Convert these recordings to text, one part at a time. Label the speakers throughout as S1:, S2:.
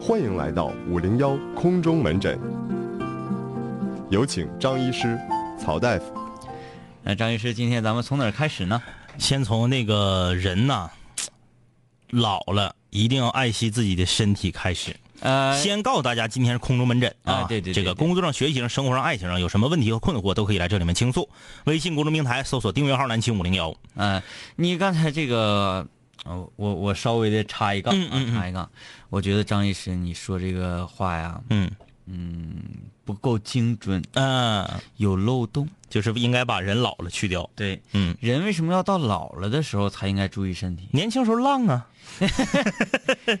S1: 欢迎来到五零幺空中门诊，有请张医师、曹大夫。
S2: 那张医师，今天咱们从哪儿开始呢？
S3: 先从那个人呐、老了一定要爱惜自己的身体开始。
S2: 呃，
S3: 先告诉大家，今天是空中门诊
S2: 哎
S3: 啊，
S2: 对对对
S3: 这个
S2: 对
S3: 工作上、学习上、生活上、爱情上有什么问题和困惑，都可以来这里面倾诉。微信公众平台搜索订阅号“南青五零幺
S2: 呃，你刚才这个，呃我我稍微的插一杠
S3: 嗯
S2: 啊，
S3: 嗯嗯
S2: 插一杠。我觉得张医师你说这个话呀”。
S3: 嗯
S2: 不够精准，
S3: 嗯、
S2: 有漏洞。
S3: 就是应该把人老了去掉。
S2: 对，
S3: 嗯，
S2: 人为什么要到老了的时候才应该注意身体？
S3: 年轻时候浪啊，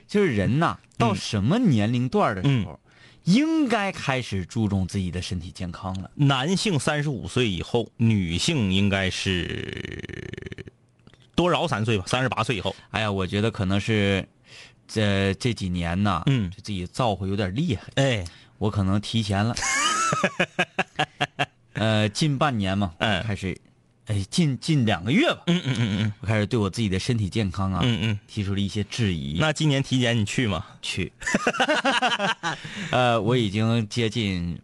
S2: 就是人呐，
S3: 嗯
S2: 到什么年龄段的时候，应该开始注重自己的身体健康了。
S3: 男性三十五岁以后，女性应该是多饶三岁吧，三十八岁以后。
S2: 哎呀，我觉得可能是这这几年呐，
S3: 嗯
S2: 就自己造化有点厉害，
S3: 哎，
S2: 我可能提前了。 呃，近半年嘛，
S3: 嗯
S2: 开始，哎，近近两个月吧，
S3: 嗯嗯嗯嗯
S2: 我开始对我自己的身体健康啊，
S3: 嗯嗯，
S2: 提出了一些质疑。
S3: 那今年体检你去吗？
S2: 去，呃，我已经接近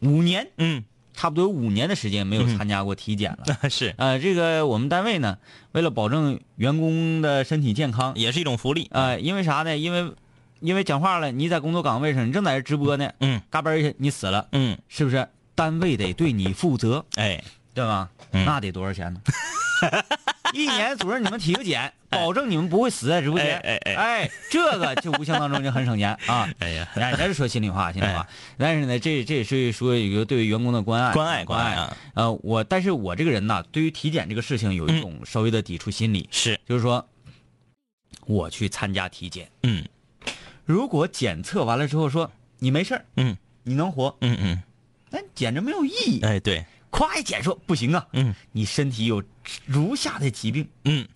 S2: 五年，
S3: 嗯，
S2: 差不多有五年的时间没有参加过体检了。
S3: 是，
S2: 呃，这个我们单位呢，为了保证员工的身体健康，
S3: 也是一种福利。
S2: 呃，因为啥呢？因为因为讲话了，你在工作岗位上，你正在这直播呢，
S3: 嗯
S2: 嘎嘣儿一下你死了，
S3: 嗯，
S2: 是不是？单位得对你负责，
S3: 哎，
S2: 对吧？
S3: 嗯
S2: 那得多少 钱呢？一年组织你们体个检，保证你们不会死在直播间。
S3: 哎哎哎
S2: 这个就无形当中就很省 钱啊。
S3: 哎呀，
S2: 哎，咱是说心里话，心里话。但是呢，这这也是说一个对员工的关爱，
S3: 关爱
S2: 关
S3: 关爱啊
S2: 呃，我但是我这个人呐，对于体检这个事情有一
S3: 嗯
S2: 种稍微的抵触心理，
S3: 是，
S2: 就是说，我去参加体检，
S3: 嗯
S2: 如果检测完了之后说你没事儿，
S3: 嗯
S2: 你能活，
S3: 嗯嗯，
S2: 那检着没有意义。
S3: 哎，对，
S2: 夸一检说不行啊，
S3: 嗯
S2: 你身体有如下的疾病，
S3: 嗯，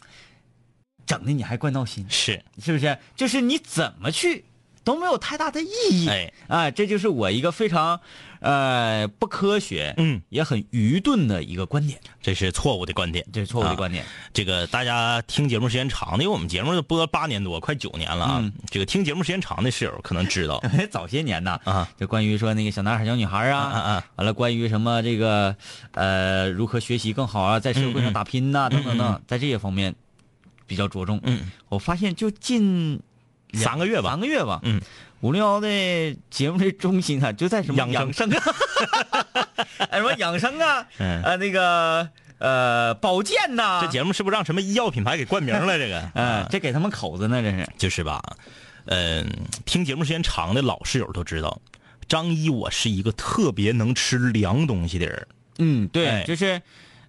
S2: 整的你还怪闹心，
S3: 是，
S2: 是不是？就是你怎么去都没有太大的意义。
S3: 哎，
S2: 啊，这就是我一个非常，呃，不科学，
S3: 嗯，
S2: 也很愚钝的一个观点，
S3: 这是错误的观点。
S2: 这是错误的
S3: 啊
S2: 观点。
S3: 这个大家听节目时间长的，因为我们节目都播了八年多，快九年了啊。
S2: 嗯
S3: 这个听节目时间长的室友可能 知道
S2: 哎早些年呐，
S3: 啊，
S2: 就关于说那个小男孩、小女孩啊，
S3: 啊啊
S2: 完了关于什么这个，呃，如何学习更好啊，在社会
S3: 嗯
S2: 上打拼呐、等等等，在这些方面比较着重。
S3: 嗯，
S2: 我发现就近两
S3: 三个月吧
S2: 三个月吧，
S3: 嗯，
S2: 五零幺的节目的中心啊，就在什么
S3: 养
S2: 生
S3: 生
S2: 啊，哎什么养生 啊，
S3: 嗯
S2: 呃那个呃保健呐、
S3: 这节目啊是不是让什么医药品牌给冠名了？ 这个，
S2: 嗯，这给他们口子呢，这是
S3: 就是吧，嗯、听节目时间长的老室友都知道，张一我是一个特别能吃凉东西的人。
S2: 嗯对，
S3: 哎
S2: 就是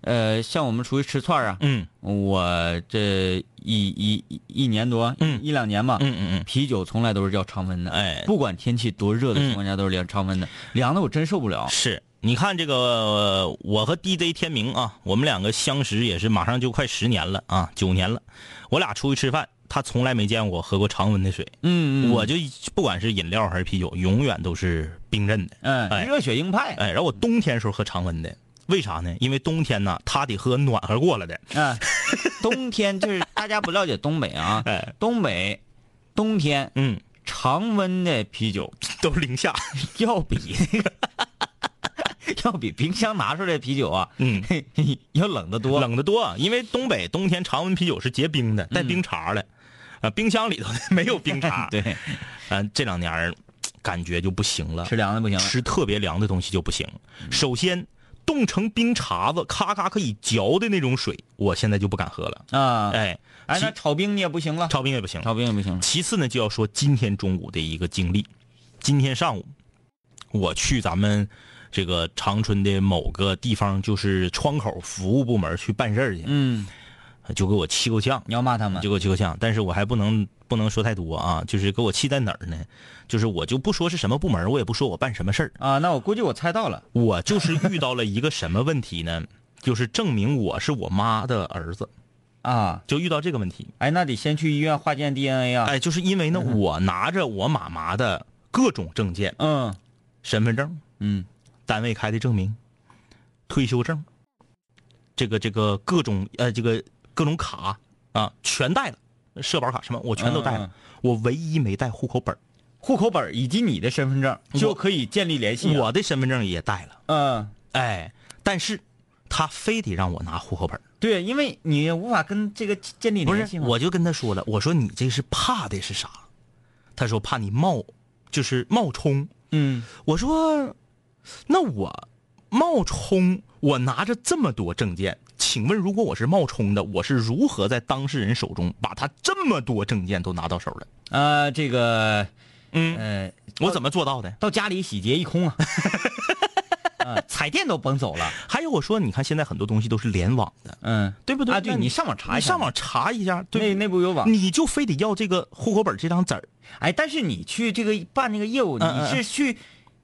S2: 呃像我们出去吃串儿啊，
S3: 嗯
S2: 我这一一一一年多，
S3: 嗯
S2: 一两年吧，
S3: 嗯嗯
S2: 啤酒从来都是叫常温的，
S3: 哎
S2: 不管天气多热的情况下都是凉常温的，凉的我真受不了
S3: 嗯，。是。你看这个，呃我和 DJ 天明啊，我们两个相识也是马上就快十年了啊，九年了。我俩出去吃饭，他从来没见过我喝过常温的水，
S2: 嗯，嗯
S3: 我就不管是饮料还是啤酒，永远都是冰镇的。
S2: 嗯
S3: 哎
S2: 热血硬派，
S3: 哎，然后我冬天时候喝常温的，为啥呢？因为冬天呢，他得喝暖和过了的。
S2: 啊，冬天就是大家不了解东北啊，
S3: 哎，
S2: 东北冬天
S3: 嗯，
S2: 常温的啤酒
S3: 都是零下。
S2: 要比 要比冰箱拿出来的啤酒啊，
S3: 嗯，
S2: 要冷得多。。，
S3: 冷得多，啊因为东北冬天常温啤酒是结冰的，带冰碴的，啊、冰箱里头没有冰碴
S2: 啊 对，
S3: 嗯、这两年儿感觉就不行了，
S2: 吃凉的不行了。嗯
S3: 吃特别凉的东西就不行。首先，冻成冰碴子，咔咔可以嚼的那种水，我现在就不敢喝了。
S2: 啊，
S3: 哎，
S2: 哎，那
S3: 其
S2: 炒冰你也不行了，
S3: 炒冰也不行。
S2: 炒冰也不行了。
S3: 其次呢，就要说今天中午的一个经历。今天上午，我去咱们这个长春的某个地方，就是窗口服务部门去办事儿去，
S2: 嗯，
S3: 就给我气够呛。
S2: 你要骂他们
S3: 就给我气够呛，但是我还不能不能说太多啊，就是给我气在哪儿呢？就是我就不说是什么部门，我也不说我办什么事儿，
S2: 啊？那我估计我猜到了。
S3: 我就是遇到了一个什么问题呢？就是证明我是我妈的儿子，
S2: 啊，
S3: 就遇到这个问题。
S2: 哎，那得先去医院化验 DNA 啊。
S3: 哎，就是因为呢，我拿着我妈妈的各种证件，
S2: 嗯
S3: 身份证、
S2: 嗯
S3: 单位开的证明、退休证，这个这个各种呃这个各种卡啊，全带了，社保卡什么我全都带了，我唯一没带户口本儿
S2: 嗯户口本以及你的身份证就可以建立联系、啊。
S3: 我的身份证也带了，
S2: 嗯，
S3: 哎，但是他非得让我拿户口本儿，
S2: 对，因为你无法跟这个建立
S3: 不
S2: 联系
S3: 是，
S2: 嘛。
S3: 我就跟他说了，我说你这是怕的是啥？他说怕你冒，就是冒充。
S2: 嗯，
S3: 我说，那我冒充，我拿着这么多证件，请问如果我是冒充的，我是如何在当事人手中把他这么多证件都拿到手的？
S2: 呃，这个，
S3: 嗯，
S2: 呃，
S3: 我怎么做到的？
S2: 到家里洗劫一空 啊，啊，彩电都甭走了，
S3: 还有我说，你看现在很多东西都是联网的，
S2: 嗯，
S3: 对不对？
S2: 啊，对
S3: 那
S2: 你上网查一
S3: 你
S2: 下，
S3: 上网查一下，
S2: 那
S3: 对，
S2: 那不有网？
S3: 你就非得要这个户口本这张纸儿，
S2: 哎，但是你去这个办那个业务，
S3: 嗯嗯
S2: 你是去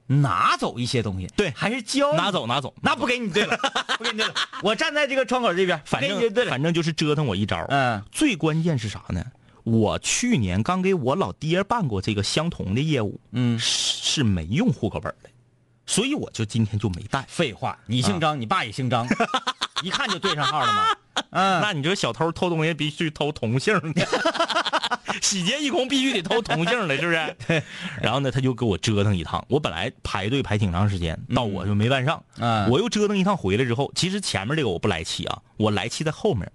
S2: 拿走一些东西，
S3: 对
S2: 还是交易
S3: 拿？走拿走，
S2: 那 不给你 对了，不给你对了。我站在这个窗口这边，不
S3: 反
S2: 给你就
S3: 正
S2: 对了。
S3: 反正就是折腾我一招儿。
S2: 嗯
S3: 最关键是啥呢？我去年刚给我老爹办过这个相同的业务，
S2: 嗯，
S3: 是是没用户口本的，所以我就今天就没带。
S2: 废话，你姓
S3: 嗯
S2: 张，你爸也姓 张，一看就对上号了嘛。嗯，
S3: 那你说小偷偷东西必须偷同姓的， 洗劫一空必须得偷同姓的，是不是？ 对。然后呢，他就给我折腾一趟。我本来排队排挺长时间，到我就没办上。
S2: 嗯
S3: 我又折腾一趟回来之后，其实前面这个我不来气啊，我来气在后面。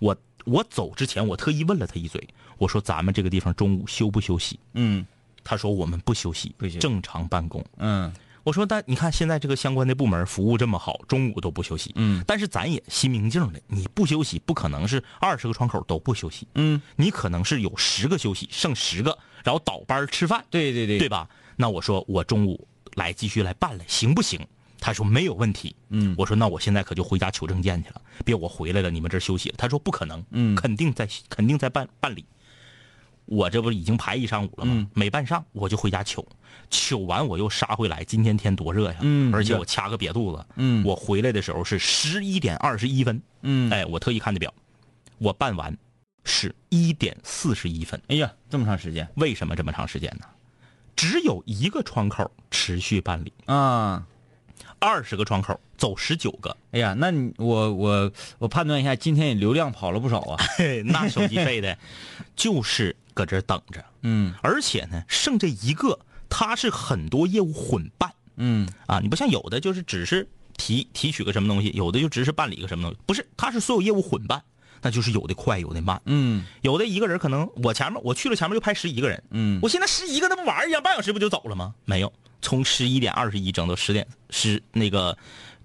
S3: 我我走之前，我特意问了他一嘴，我说咱们这个地方中午休不休息？
S2: 嗯
S3: 他说我们不休息，
S2: 不休息
S3: 正常办公。
S2: 嗯
S3: 我说，但你看现在这个相关的部门服务这么好，中午都不休息。
S2: 嗯，
S3: 但是咱也心明镜的，你不休息不可能是二十个窗口都不休息，
S2: 嗯，
S3: 你可能是有十个休息，剩十个，然后倒班吃饭，
S2: 对对对，
S3: 对吧？那我说我中午来继续来办了，行不行？他说没有问题。
S2: 嗯
S3: 我说那我现在可就回家求证件去了，别我回来了你们这儿休息了。他说不可能，
S2: 嗯
S3: 肯定在肯定在办办理。我这不是已经排一上午了吗？
S2: 嗯
S3: 没办上，我就回家取，取完我又杀回来。今天天多热呀！
S2: 嗯
S3: 而且
S2: 热
S3: 我掐个瘪肚子。
S2: 嗯
S3: 我回来的时候是十一点二十一分。
S2: 嗯，
S3: 哎，我特意看的表，我办完是一点四十一分。
S2: 哎呀，这么长时间
S3: 为什么这么长时间呢？只有一个窗口持续办理，
S2: 啊。
S3: 二十个窗口走十九个，
S2: 哎呀，那你我我我判断一下，今天你流量跑了不少 啊。
S3: 那手机费 的，就是搁这儿等着。
S2: 嗯
S3: 而且呢，剩这一个，它是很多业务混办
S2: 嗯
S3: 啊。你不像有的就是只是提提取个什么东西，有的就只是办理一个什么东西，不是，它是所有业务混办，那就是有的快，有的慢。
S2: 嗯
S3: 有的一个人可能我前面我去了前面就拍十一个人，
S2: 嗯
S3: 我现在十一个那不玩儿一样，半小时不就走了吗？没有，从十一点二十一整到十点十那个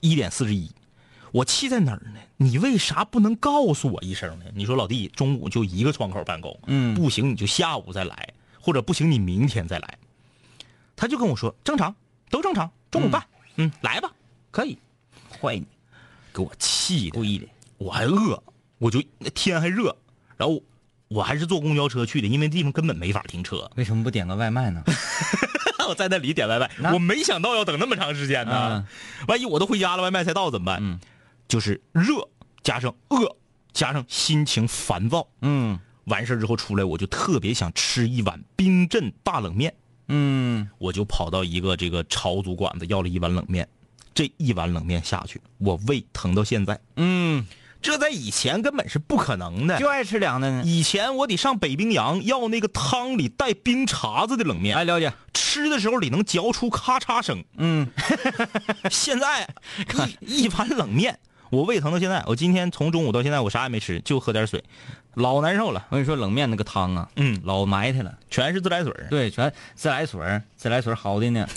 S3: 一点四十一，我气在哪儿呢？你为啥不能告诉我一声呢？你说老弟，中午就一个窗口办公，
S2: 嗯
S3: 不行你就下午再来，或者不行你明天再来。他就跟我说正常，都正常，中午办，嗯来吧，可以，
S2: 坏你，
S3: 给我气的
S2: 故，意的。
S3: 我还饿，我就天还热，然后我还是坐公交车去的，因为地方根本没法停车。
S2: 为什么不点个外卖呢？
S3: 我在那里点外卖，
S2: 那
S3: 我没想到要等那么长时间呢。万一我都回家了，外卖才到怎么办？
S2: 嗯
S3: 就是热加上饿加上心情烦躁，
S2: 嗯
S3: 完事儿之后出来，我就特别想吃一碗冰镇大冷面，
S2: 嗯，
S3: 我就跑到一个这个朝族馆子要了一碗冷面。这一碗冷面下去，我胃疼到现在，
S2: 嗯，
S3: 这在以前根本是不可能的。
S2: 就爱吃凉的呢。
S3: 以前我得上北冰洋要那个汤里带冰碴子的冷面，
S2: 哎， 了解。
S3: 吃的时候里能嚼出咔嚓声。
S2: 嗯，
S3: 现在一一碗冷面，我胃疼到现在。我今天从中午到现在，我啥也没吃，就喝点水，老难受了。
S2: 我跟你说，冷面那个汤啊，
S3: 嗯
S2: 老埋汰了。
S3: 全是自来水儿。
S2: 对，全自来水儿，自来水儿好的 呢。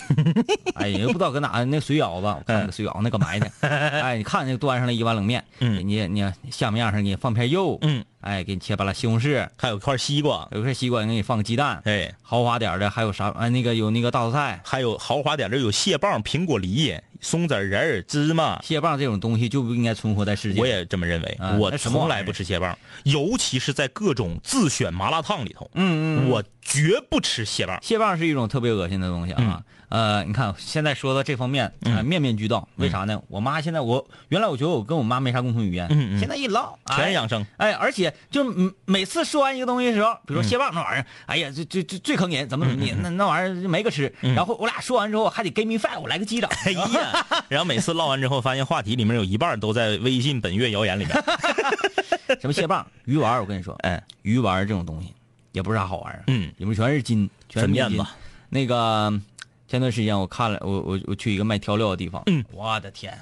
S2: 哎，也不知道搁哪那水舀子，我看那个水舀那个埋 汰。哎，你看那端上来一碗冷面，
S3: 嗯
S2: 人家你下面样上给你放片肉，
S3: 嗯，
S2: 哎，给你切巴拉西红柿，
S3: 还有块西瓜，
S2: 有块西瓜给你放个鸡蛋，
S3: 哎，
S2: 豪华点儿的还有啥？哎，那个有那个大头菜、
S3: 还有豪华点儿的有蟹棒、苹果梨、松子仁儿、芝麻。
S2: 蟹棒这种东西就不应该存活在世界。
S3: 我也这么认为，
S2: 啊
S3: 我
S2: 那什么玩
S3: 从
S2: 意儿
S3: 来不吃蟹棒，尤其是在各种自选麻辣烫里头，
S2: 嗯嗯嗯
S3: 我绝不吃蟹棒。
S2: 蟹棒是一种特别恶心的东西
S3: 嗯
S2: 啊。呃，你看现在说到这方面，啊、面面俱到，为啥呢？我妈现在我原来我觉得我跟我妈没啥共同语言，
S3: 嗯嗯嗯
S2: 现在一唠
S3: 全是 养生。
S2: 哎，哎而且就嗯每次说完一个东西的时候，
S3: 嗯
S2: 比如说蟹棒那玩意儿，哎呀，这这这最坑人，怎么怎么地，那那玩意儿就没个吃。然后我俩说完之后还得 give me five，我来个击掌。
S3: 嗯哎呀，然后每次唠完之后，发现话题里面有一半都在微信本月谣言 里面。
S2: 什么蟹棒、鱼丸儿，我跟你说，
S3: 哎，
S2: 鱼丸儿这种东西也不是啥好玩意儿，
S3: 嗯，
S2: 里面全是筋，全是
S3: 粉面
S2: 筋
S3: 吧。
S2: 那个前段时间我看了，我我我去一个卖调料的地方，嗯，我的天，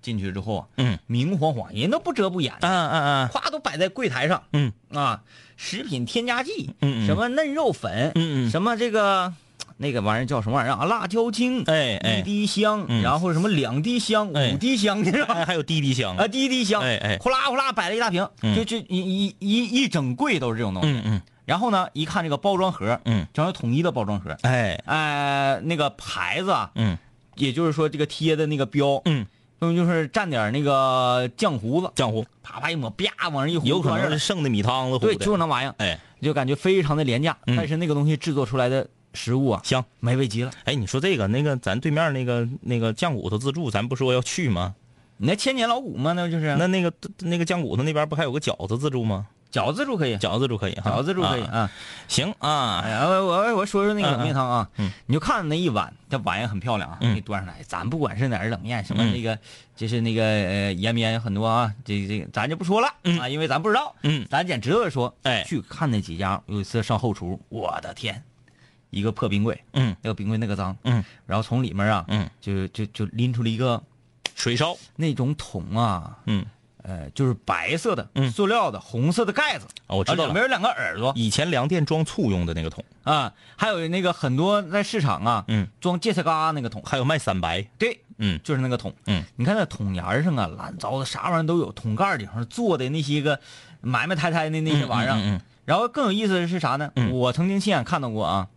S2: 进去之后啊，
S3: 嗯，
S2: 明晃晃，人都不遮不掩的，
S3: 嗯嗯
S2: 夸都摆在柜台上，
S3: 嗯
S2: 啊，食品添加剂，
S3: 嗯嗯
S2: 什么嫩肉粉，
S3: 嗯嗯
S2: 什么这个那个玩意儿叫什么玩意儿啊？辣椒精，
S3: 哎哎
S2: 一滴香，
S3: 嗯
S2: 然后什么两滴香，
S3: 哎
S2: 五滴香，你知道
S3: 嗯，
S2: 吧？
S3: 还还有滴滴香，
S2: 啊，滴滴香，
S3: 哎哎
S2: 呼啦呼啦摆了一大瓶，
S3: 嗯
S2: 就就一一一一整柜都是这种东西。
S3: 嗯嗯
S2: 然后呢，一看这个包装盒，
S3: 嗯，
S2: 全是统一的包装盒，
S3: 哎
S2: 呃，那个牌子啊，
S3: 嗯
S2: 也就是说这个贴的那个标，
S3: 嗯，
S2: 嗯，就是蘸点那个酱糊子，
S3: 浆糊，
S2: 啪啪一抹，啪往上一糊，
S3: 有可
S2: 完事
S3: 能
S2: 儿
S3: 是
S2: 了
S3: 剩的米汤子糊
S2: 对，
S3: 的，
S2: 就是那玩意儿，
S3: 哎
S2: 就感觉非常的廉价，
S3: 嗯
S2: 但是那个东西制作出来的食物啊，
S3: 香。
S2: 美味极了。
S3: 哎，你说这个那个咱对面那个那个酱骨头自助，咱不说要去吗？
S2: 你那千年老骨嘛，那就是
S3: 那那个那个酱骨头那边不还有个饺子自助吗？
S2: 饺子住可以，
S3: 饺子自助可以哈，
S2: 饺子住可以
S3: 啊
S2: 啊。
S3: 行
S2: 哎
S3: 啊，
S2: 呀，我我我说说那个冷面汤啊，
S3: 嗯嗯
S2: 你就看那一碗，它碗也很漂亮啊，
S3: 嗯
S2: 给端上来。咱不管是哪儿冷面，什么
S3: 嗯
S2: 那个，就是那个呃延边很多啊，这这咱就不说了、啊，因为咱不知道，
S3: 嗯
S2: 咱简直了说，
S3: 哎
S2: 去看那几家，有一次上后厨，我的天，一个破冰柜，
S3: 嗯
S2: 那个冰柜那个脏，
S3: 嗯，
S2: 然后从里面啊，
S3: 嗯，
S2: 就就就拎出了一个
S3: 水烧，
S2: 那种桶啊，
S3: 嗯
S2: 呃，就是白色的，
S3: 嗯
S2: 塑料的，红色的盖子，
S3: 啊，我知道
S2: 里
S3: 了
S2: 面，有两个耳朵
S3: 以前粮店装醋用的那个桶，
S2: 啊，还有那个很多在市场啊，
S3: 嗯，
S2: 装芥菜疙那个桶，
S3: 还有卖散白，
S2: 对，
S3: 嗯
S2: 就是那个桶。
S3: 嗯，
S2: 你看那桶沿儿上啊，乱糟的啥玩意儿都有，桶盖儿顶上做的那些个埋埋汰汰的那些玩意儿。啊
S3: 嗯嗯嗯嗯
S2: 然后更有意思的是啥呢？
S3: 嗯
S2: 我曾经亲眼看到过啊，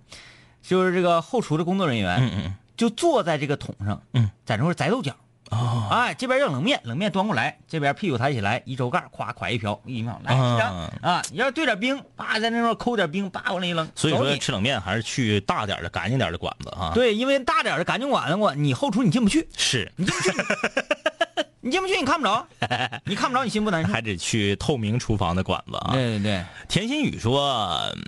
S2: 就是这个后厨的工作人员、
S3: 嗯嗯
S2: 就坐在这个桶上，
S3: 嗯，
S2: 在那块儿摘豆角。
S3: 哦
S2: 哎，这边要冷面，冷面端过来，这边屁股抬起来，一周盖儿，咵，㧟一瓢，一秒来
S3: 啊
S2: 一张啊！你要是兑点冰，啪，在那块儿抠点冰，啪往里一扔，
S3: 所以
S2: 走
S3: 说
S2: 你
S3: 吃冷面还是去大点儿的、干净点儿的馆子啊。，
S2: 对，因为大点儿的赶紧管了我，你后厨你进不去，
S3: 是
S2: 你进不去，你看不 着，你看不着，你心不难受。
S3: 还得去透明厨房的馆子 啊。
S2: 对对对，
S3: 田心雨说，嗯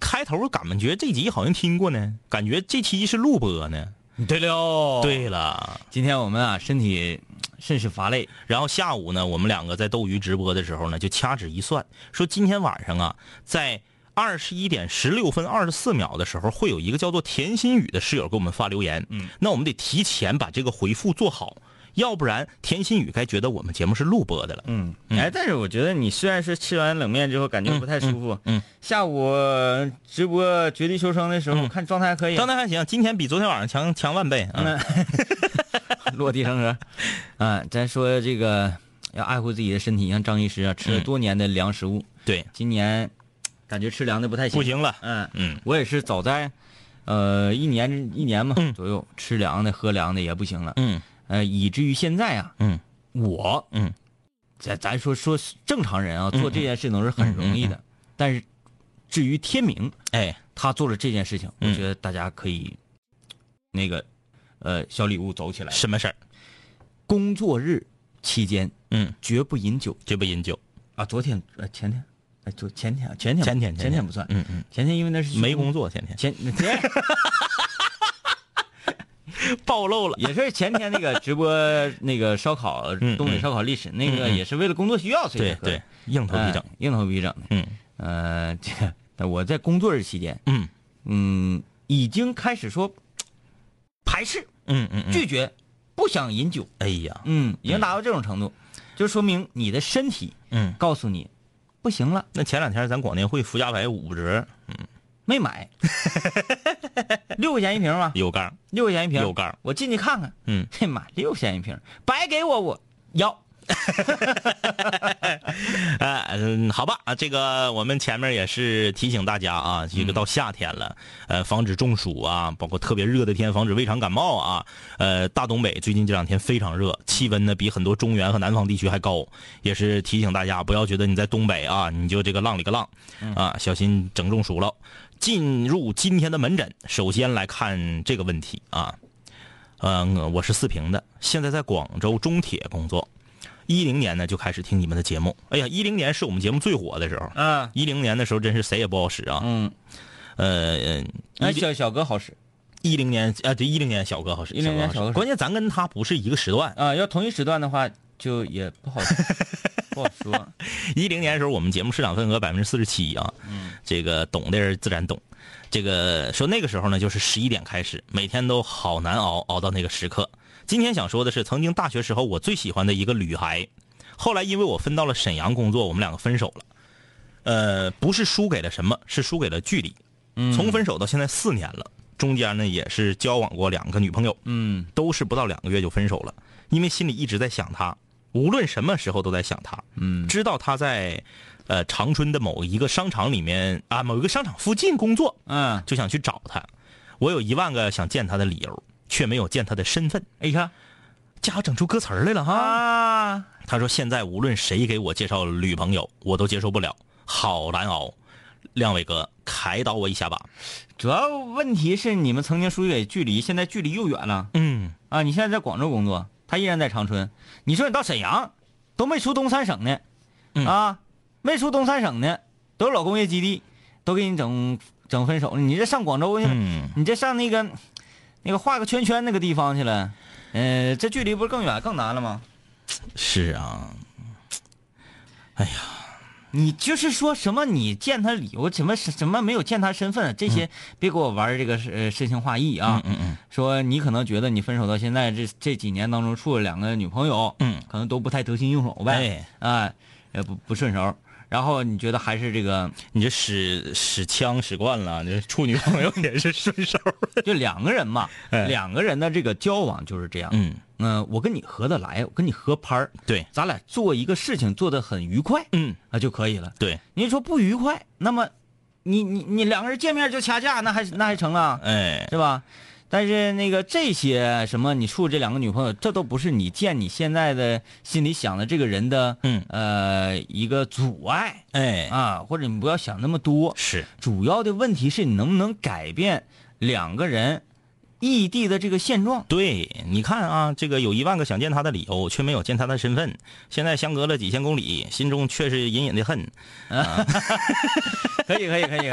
S3: 开头感觉这集好像听过呢，感觉这期是录播呢。
S2: 对了，
S3: 对了，
S2: 今天我们啊身体嗯甚是乏累，
S3: 然后下午呢，我们两个在斗鱼直播的时候呢，就掐指一算，说今天晚上啊，在二十一点十六分二十四秒的时候，会有一个叫做田心雨的室友给我们发留言。嗯，那我们得提前把这个回复做好，要不然田心雨该觉得我们节目是录播的了。
S2: 嗯，哎，但是我觉得你虽然是吃完冷面之后感觉不太舒服，
S3: 嗯嗯
S2: 下午直播《绝地求生》的时候、看嗯状态还可以，
S3: 刚才还行，今天比昨天晚上强强万倍啊！
S2: 落地生 根，嗯，咱说这个要爱护自己的身体，像张医师啊，吃了多年的凉食物，
S3: 对，
S2: 今年感觉吃凉的不太行，
S3: 不，行了，
S2: 嗯。
S3: 嗯，
S2: 我也是早在，呃，一年一年嘛、
S3: 嗯
S2: 左右，吃凉的喝凉的也不行了，
S3: 嗯
S2: 呃，以至于现在啊，
S3: 嗯
S2: 我，
S3: 嗯，
S2: 咱咱说说正常人啊，做这件事情是很容
S3: 嗯
S2: 易的，但是至于天明
S3: 哎，
S2: 他做了这件事情，
S3: 嗯
S2: 我觉得大家可以那个呃小礼物走起来，
S3: 什么事儿？
S2: 工作日期间
S3: 嗯，
S2: 绝不饮酒
S3: 绝不饮酒。
S2: 啊，昨天呃前天。哎，昨前天啊前天吧
S3: 前天
S2: 前天不算，
S3: 嗯嗯，
S2: 前天因为那是
S3: 没工作，天天
S2: 前 前
S3: 暴露了。
S2: 也是前天那个直播那个烧烤，
S3: 嗯
S2: 东北烧烤历史那个也是为了工作需要，所以
S3: 对
S2: 才喝
S3: 对，硬头皮整
S2: 哎。硬头皮整的。
S3: 嗯
S2: 呃，这个那我在工作日期间，
S3: 嗯
S2: 嗯，已经开始说排斥、
S3: 嗯嗯嗯。
S2: 拒绝、不想饮酒，
S3: 哎呀，
S2: 嗯，已经达到这种程度，就说明你的身体
S3: 嗯，
S2: 告诉你不行了，
S3: 那前两天咱广电会福家白五折，
S2: 没买， 六块钱一瓶吧，
S3: 有杠。
S2: 六块钱一瓶，
S3: 有杠
S2: 我进去看看，
S3: 嗯，
S2: 嘿妈，六块钱一瓶，白给我我要。
S3: 哎，嗯，好吧，啊，这个我们前面也是提醒大家啊，这个到夏天了，呃，防止中暑啊，包括特别热的天，防止胃肠感冒啊。呃，大东北最近这两天非常热，气温呢比很多中原和南方地区还高，也是提醒大家不要觉得你在东北啊，你就这个浪里个浪啊，小心整中暑了。进入今天的门诊，首先来看这个问题啊，嗯，我是四平的，现在在广州中铁工作。一零年呢就开始听你们的节目，哎呀，一零年是我们节目最火的时候。
S2: 嗯
S3: 一零年的时候真是谁也不好使啊。
S2: 嗯，
S3: 呃，
S2: 哎，小小哥好使
S3: 一零年啊，对，一零年小哥好使，
S2: 10年
S3: 哥
S2: 小哥
S3: 好
S2: 好
S3: 使。
S2: 使
S3: 关键咱跟他不是一个时段，
S2: 啊、要同一时段的话，就也不好使。不好 说。
S3: 一零年的时候，我们节目市场份额百分之四十七啊，嗯，这个懂的人自然懂。这个说那个时候呢，就是十一点开始，每天都好难熬，熬到那个时刻。今天想说的是，曾经大学时候我最喜欢的一个女孩，后来因为我分到了沈阳工作，我们两个分手了。呃，不是输给了什么，是输给了距离。从分手到现在四年了，中间呢也是交往过两个女朋友，
S2: 嗯，
S3: 都是不到两个月就分手了，因为心里一直在想她，无论什么时候都在想她。嗯，知道她在呃长春的某一个商场里面啊，某一个商场附近工作，
S2: 嗯，
S3: 就想去找她。我有一万个想见她的理由，却没有见她的身份。
S2: 哎，你看
S3: 家伙整出歌词儿来了哈！
S2: 啊，
S3: 他说现在无论谁给我介绍女朋友，我都接受不了，好难熬。亮伟哥，开导我一下吧。
S2: 主要问题是你们曾经输给距离，现在距离又远了
S3: 嗯，
S2: 啊！你现在在广州工作，他依然在长春。你说你到沈阳，都没出东三省呢，啊，没出东三省呢，都是老工业基地，都给你整整分手了。你这上广州去了，
S3: 嗯
S2: 你这上那个那个画个圈圈那个地方去了，呃，这距离不是更远更难了吗？
S3: 是啊，
S2: 你就是说什么你见他理由，什么什么没有见他身份，这些别给我玩这个呃诗情画意啊。
S3: 嗯嗯
S2: 说你可能觉得你分手到现在这这几年当中处了两个女朋友，
S3: 嗯，
S2: 可能都不太得心应手呗，
S3: 哎
S2: 啊，也不不顺手。然后你觉得还是这 个，
S3: 你这使使枪使惯了，你这处女朋友也是顺手。啊
S2: 就两个人嘛，
S3: 哎
S2: 两个人的这个交往就是这样。
S3: 嗯，
S2: 嗯、我跟你合得来，我跟你合拍儿，
S3: 对，
S2: 咱俩做一个事情做得很愉快，
S3: 嗯，
S2: 啊就可以了。
S3: 对，
S2: 你说不愉快，那么你你你两个人见面就掐架，那还那还成啊，
S3: 哎，
S2: 是吧？但是那个这些什么，你处这两个女朋友，这都不是你见你现在的心里想的这个人的，
S3: 嗯
S2: 呃，一个阻碍
S3: 哎，
S2: 啊，或者你不要想那么多。
S3: 是，
S2: 主要的问题是你能不能改变两个人异地的这个现状。
S3: 对，你看啊，这个有一万个想见他的理由，却没有见他的身份。现在相隔了几千公里，心中却是隐隐的恨。
S2: 可以，可以，可以，可以，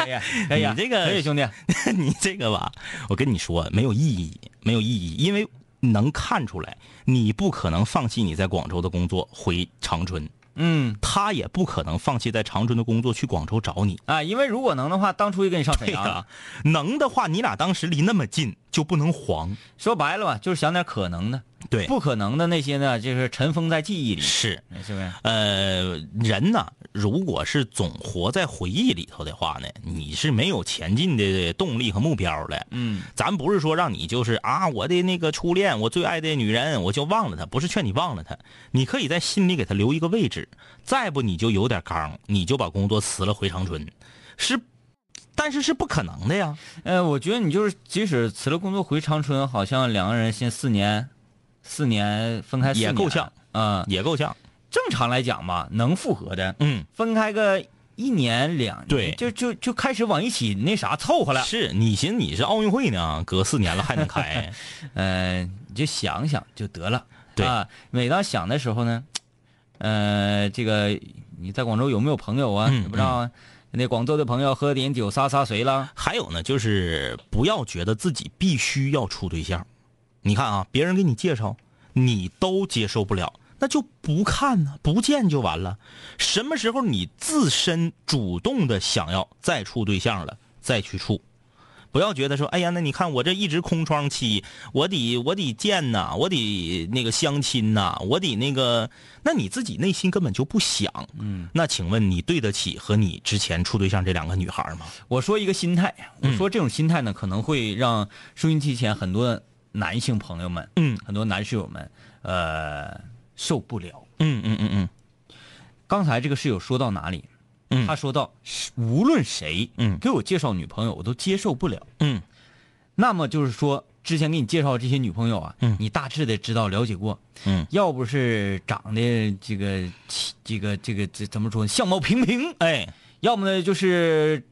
S2: 可以啊，
S3: 你这个
S2: 可以，兄弟，
S3: 你这个吧，我跟你说没有意义，没有意义，因为能看出来，你不可能放弃你在广州的工作回长春，
S2: 嗯
S3: 他也不可能放弃在长春的工作去广州找你。
S2: 啊，因为如果能的话，当初就跟你上沈
S3: 对哎呀、
S2: 阳了。
S3: 能的话，你俩当时离那么近，就不能黄。
S2: 说白了吧，就是想点可能的，
S3: 对，
S2: 不可能的那些呢，就是尘封在记忆里，
S3: 是。
S2: 是不是？
S3: 呃，人呐，如果是总活在回忆里头的话呢，你是没有前进的动力和目标的。
S2: 嗯，
S3: 咱不是说让你就是啊，我的那个初恋，我最爱的女人，我就忘了她，不是劝你忘了她，你可以在心里给她留一个位置。再不你就有点刚，你就把工作辞了回长春，是，但是是不可能的呀。
S2: 呃，我觉得你就是即使辞了工作回长春，好像两个人现四年，四年分开四
S3: 也
S2: 年
S3: 够呛
S2: 啊、
S3: 也够呛。
S2: 正常来讲吧，能复合的，
S3: 嗯，
S2: 分开个一年两年，
S3: 对
S2: 就就就开始往一起那啥凑合了。
S3: 是你寻思你是奥运会呢，隔四年了还能 开，
S2: 呃，你就想想就得了。
S3: 对
S2: 啊，每当想的时候呢，呃，这个你在广州有没有朋友啊？
S3: 嗯
S2: 你不知道啊，那广州的朋友喝点酒撒撒谁了？
S3: 还有呢，就是不要觉得自己必须要处对象。你看啊，别人给你介绍，你都接受不了，那就不看呢、不见就完了。什么时候你自身主动的想要再处对象了，再去处。不要觉得说，哎呀，那你看我这一直空窗期，我得我得见呐、我得那个相亲呐、我得那个，那你自己内心根本就不想。嗯，那请问你对得起和你之前处对象这两个女孩吗？
S2: 我说一个心态，
S3: 嗯
S2: 我说这种心态呢，可能会让收音机前很多男性朋友们，
S3: 嗯，
S2: 很多男室友们，呃，受不了。
S3: 嗯嗯嗯嗯，
S2: 刚才这个室友说到哪里？
S3: 嗯
S2: 他说到是无论谁，
S3: 嗯
S2: 给我介绍女朋友，我都接受不了。
S3: 嗯，
S2: 那么就是说，之前给你介绍这些女朋友啊，
S3: 嗯
S2: 你大致的知道了解过，
S3: 嗯，
S2: 要不是长得这个这个这个这怎么说，相貌平平，
S3: 哎
S2: 要么呢就是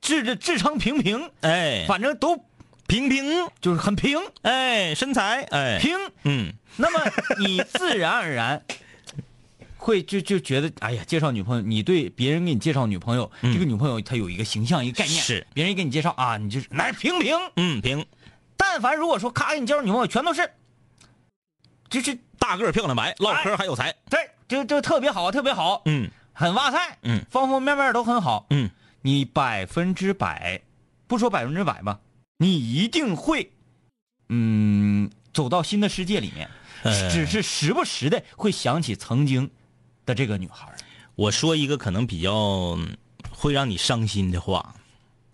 S2: 智智智商平平，
S3: 哎，
S2: 反正都
S3: 平平，
S2: 就是很平
S3: 哎，身材，哎，
S2: 平，
S3: 嗯，
S2: 那么你自然而 然会就就觉得，哎呀，介绍女朋友，你对别人给你介绍女朋友，这个女朋友她有一个形象一个概念，
S3: 嗯是
S2: 别人给你介绍啊，你就是哪儿平平，
S3: 嗯，平，
S2: 但凡如果说咔给你介绍女朋友，全都是，就是
S3: 大个儿漂亮白，唠嗑还有才，
S2: 对，就就特别好，特别好，
S3: 嗯
S2: 很哇塞，
S3: 嗯
S2: 方方面面都很好，
S3: 嗯
S2: 你百分之百，不说百分之百吧，你一定会，嗯，走到新的世界里面，
S3: 呃
S2: 只是时不时的会想起曾经的这个女孩儿。
S3: 我说一个可能比较嗯会让你伤心的话，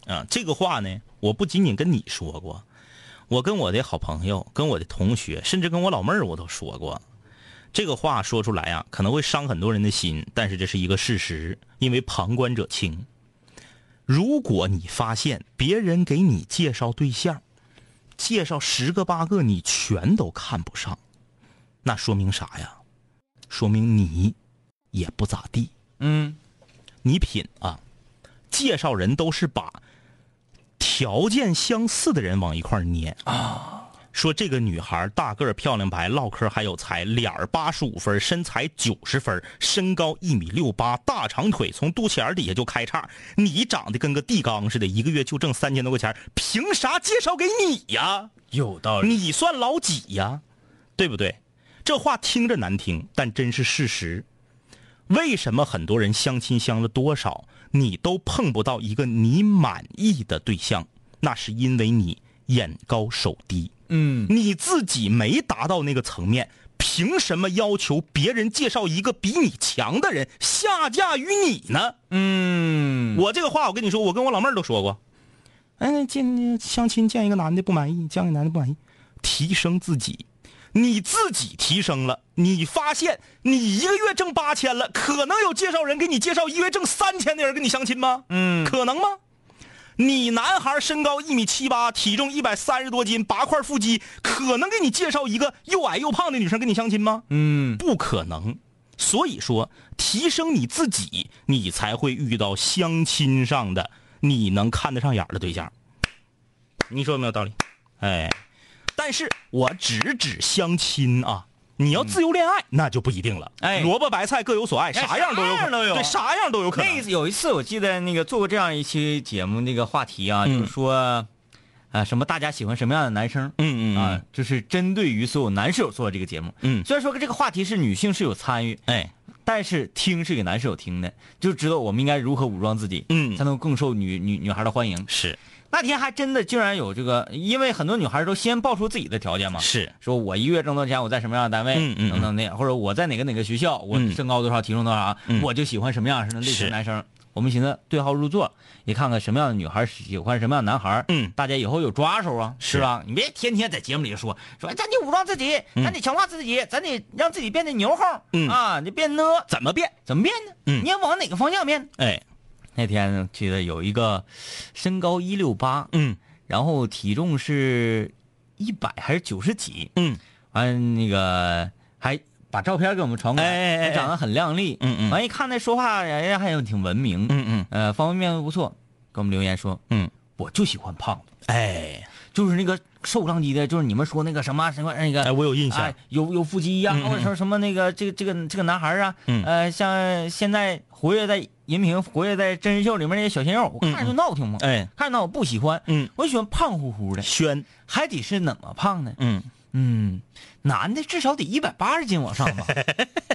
S3: 啊，这个话呢，我不仅仅跟你说过，我跟我的好朋友、跟我的同学，甚至跟我老妹儿，我都说过。这个话说出来啊，可能会伤很多人的心，但是这是一个事实，因为旁观者清。如果你发现别人给你介绍对象，介绍十个八个你全都看不上，那说明啥呀？说明你也不咋地。
S2: 嗯，
S3: 你品啊，介绍人都是把条件相似的人往一块儿捏啊。说这个女孩大个儿、漂亮、白，唠嗑还有才，脸儿八十五分，身材九十分，身高一米六八，大长腿从肚脐眼底下就开叉。你长得跟个地缸似的，一个月就挣三千多块钱，凭啥介绍给你呀、
S2: 有道。
S3: 你算老几呀？对不对？这话听着难听，但真是事实。为什么很多人相亲相了多少，你都碰不到一个你满意的对象？那是因为你眼高手低，
S2: 嗯，
S3: 你自己没达到那个层面，凭什么要求别人介绍一个比你强的人下嫁于你呢？
S2: 嗯，
S3: 我这个话，我跟你说，我跟我老妹儿都说过。哎，见相亲见一个男的不满意，见一个男的不满意，提升自己，你自己提升了，你发现你一个月挣八千了，可能有介绍人给你介绍一个月挣三千的人跟你相亲吗？嗯，可能吗？你男孩身高一米七八，体重一百三十多斤，八块腹肌，可能给你介绍一个又矮又胖的女生跟你相亲吗？
S2: 嗯，
S3: 不可能。所以说，提升你自己，你才会遇到相亲上的你能看得上眼儿的对象。你说有没有道理？哎，但是我只指相亲啊。你要自由恋爱，那就不一定了。
S2: 哎
S3: 萝卜白菜各有所爱，啥样都有
S2: 啥
S3: 可
S2: 样都有
S3: 对，哎啥样都有可
S2: 那
S3: 能。
S2: 一有一次我记得那个做过这样一期节目，那个话题啊，
S3: 嗯
S2: 就是说，啊、什么大家喜欢什么样的男生？
S3: 嗯嗯嗯
S2: 啊，就是针对于所有男室友做这个节目。
S3: 嗯
S2: 虽然说这个话题是女性室友参与，
S3: 哎，
S2: 但是听是给男室友听的，就知道我们应该如何武装自己，
S3: 嗯
S2: 才能更受女女女孩的欢迎。
S3: 是
S2: 那天还真的竟然有这个，因为很多女孩都先报出自己的条件嘛，
S3: 是，
S2: 说我一个月挣多少钱，我在什么样的单位，
S3: 嗯嗯
S2: 等等那样，或者我在哪个哪个学校，我
S3: 嗯
S2: 身高多少，体重多少，
S3: 嗯
S2: 我就喜欢什么样的类型
S3: 是
S2: 的男生。我们寻思对号入座，也看看什么样的女孩喜欢什么样的男孩，
S3: 嗯
S2: 大家以后有抓手啊，
S3: 是
S2: 是吧？你别天天在节目里说说，哎咱得武装自己，咱得强化自己，咱得让自己变得牛哄，
S3: 嗯
S2: 啊，你变呢？
S3: 怎么变？
S2: 怎么变呢？
S3: 嗯
S2: 你要往哪个方向变呢？
S3: 哎，
S2: 那天记得有一个身高一六八，
S3: 嗯
S2: 然后体重是一百还是九十几，
S3: 嗯
S2: 完那个还把照片给我们传过来，
S3: 哎哎哎哎
S2: 长得很靓丽，
S3: 嗯嗯
S2: 完一看那说话人家还有挺文明，
S3: 嗯嗯
S2: 呃方方面面都不错，给我们留言说，
S3: 嗯，
S2: 我就喜欢胖子，
S3: 哎
S2: 就是那个瘦浪叽的，就是你们说那个什么什么那个，
S3: 哎，我有印象
S2: 哎。有有腹肌呀、
S3: 嗯嗯
S2: 或者说什么那个这个这个这个男孩儿啊，
S3: 嗯
S2: 呃，像现在活跃在荧屏、活跃在真人秀里面那些小鲜肉，
S3: 嗯
S2: 我看着就闹挺嘛，
S3: 哎，
S2: 看着闹我不喜欢，
S3: 嗯，
S2: 我喜欢胖乎乎的，
S3: 轩，
S2: 还得是怎么胖呢？
S3: 嗯，
S2: 嗯，男的至少得一百八十斤往上 吧，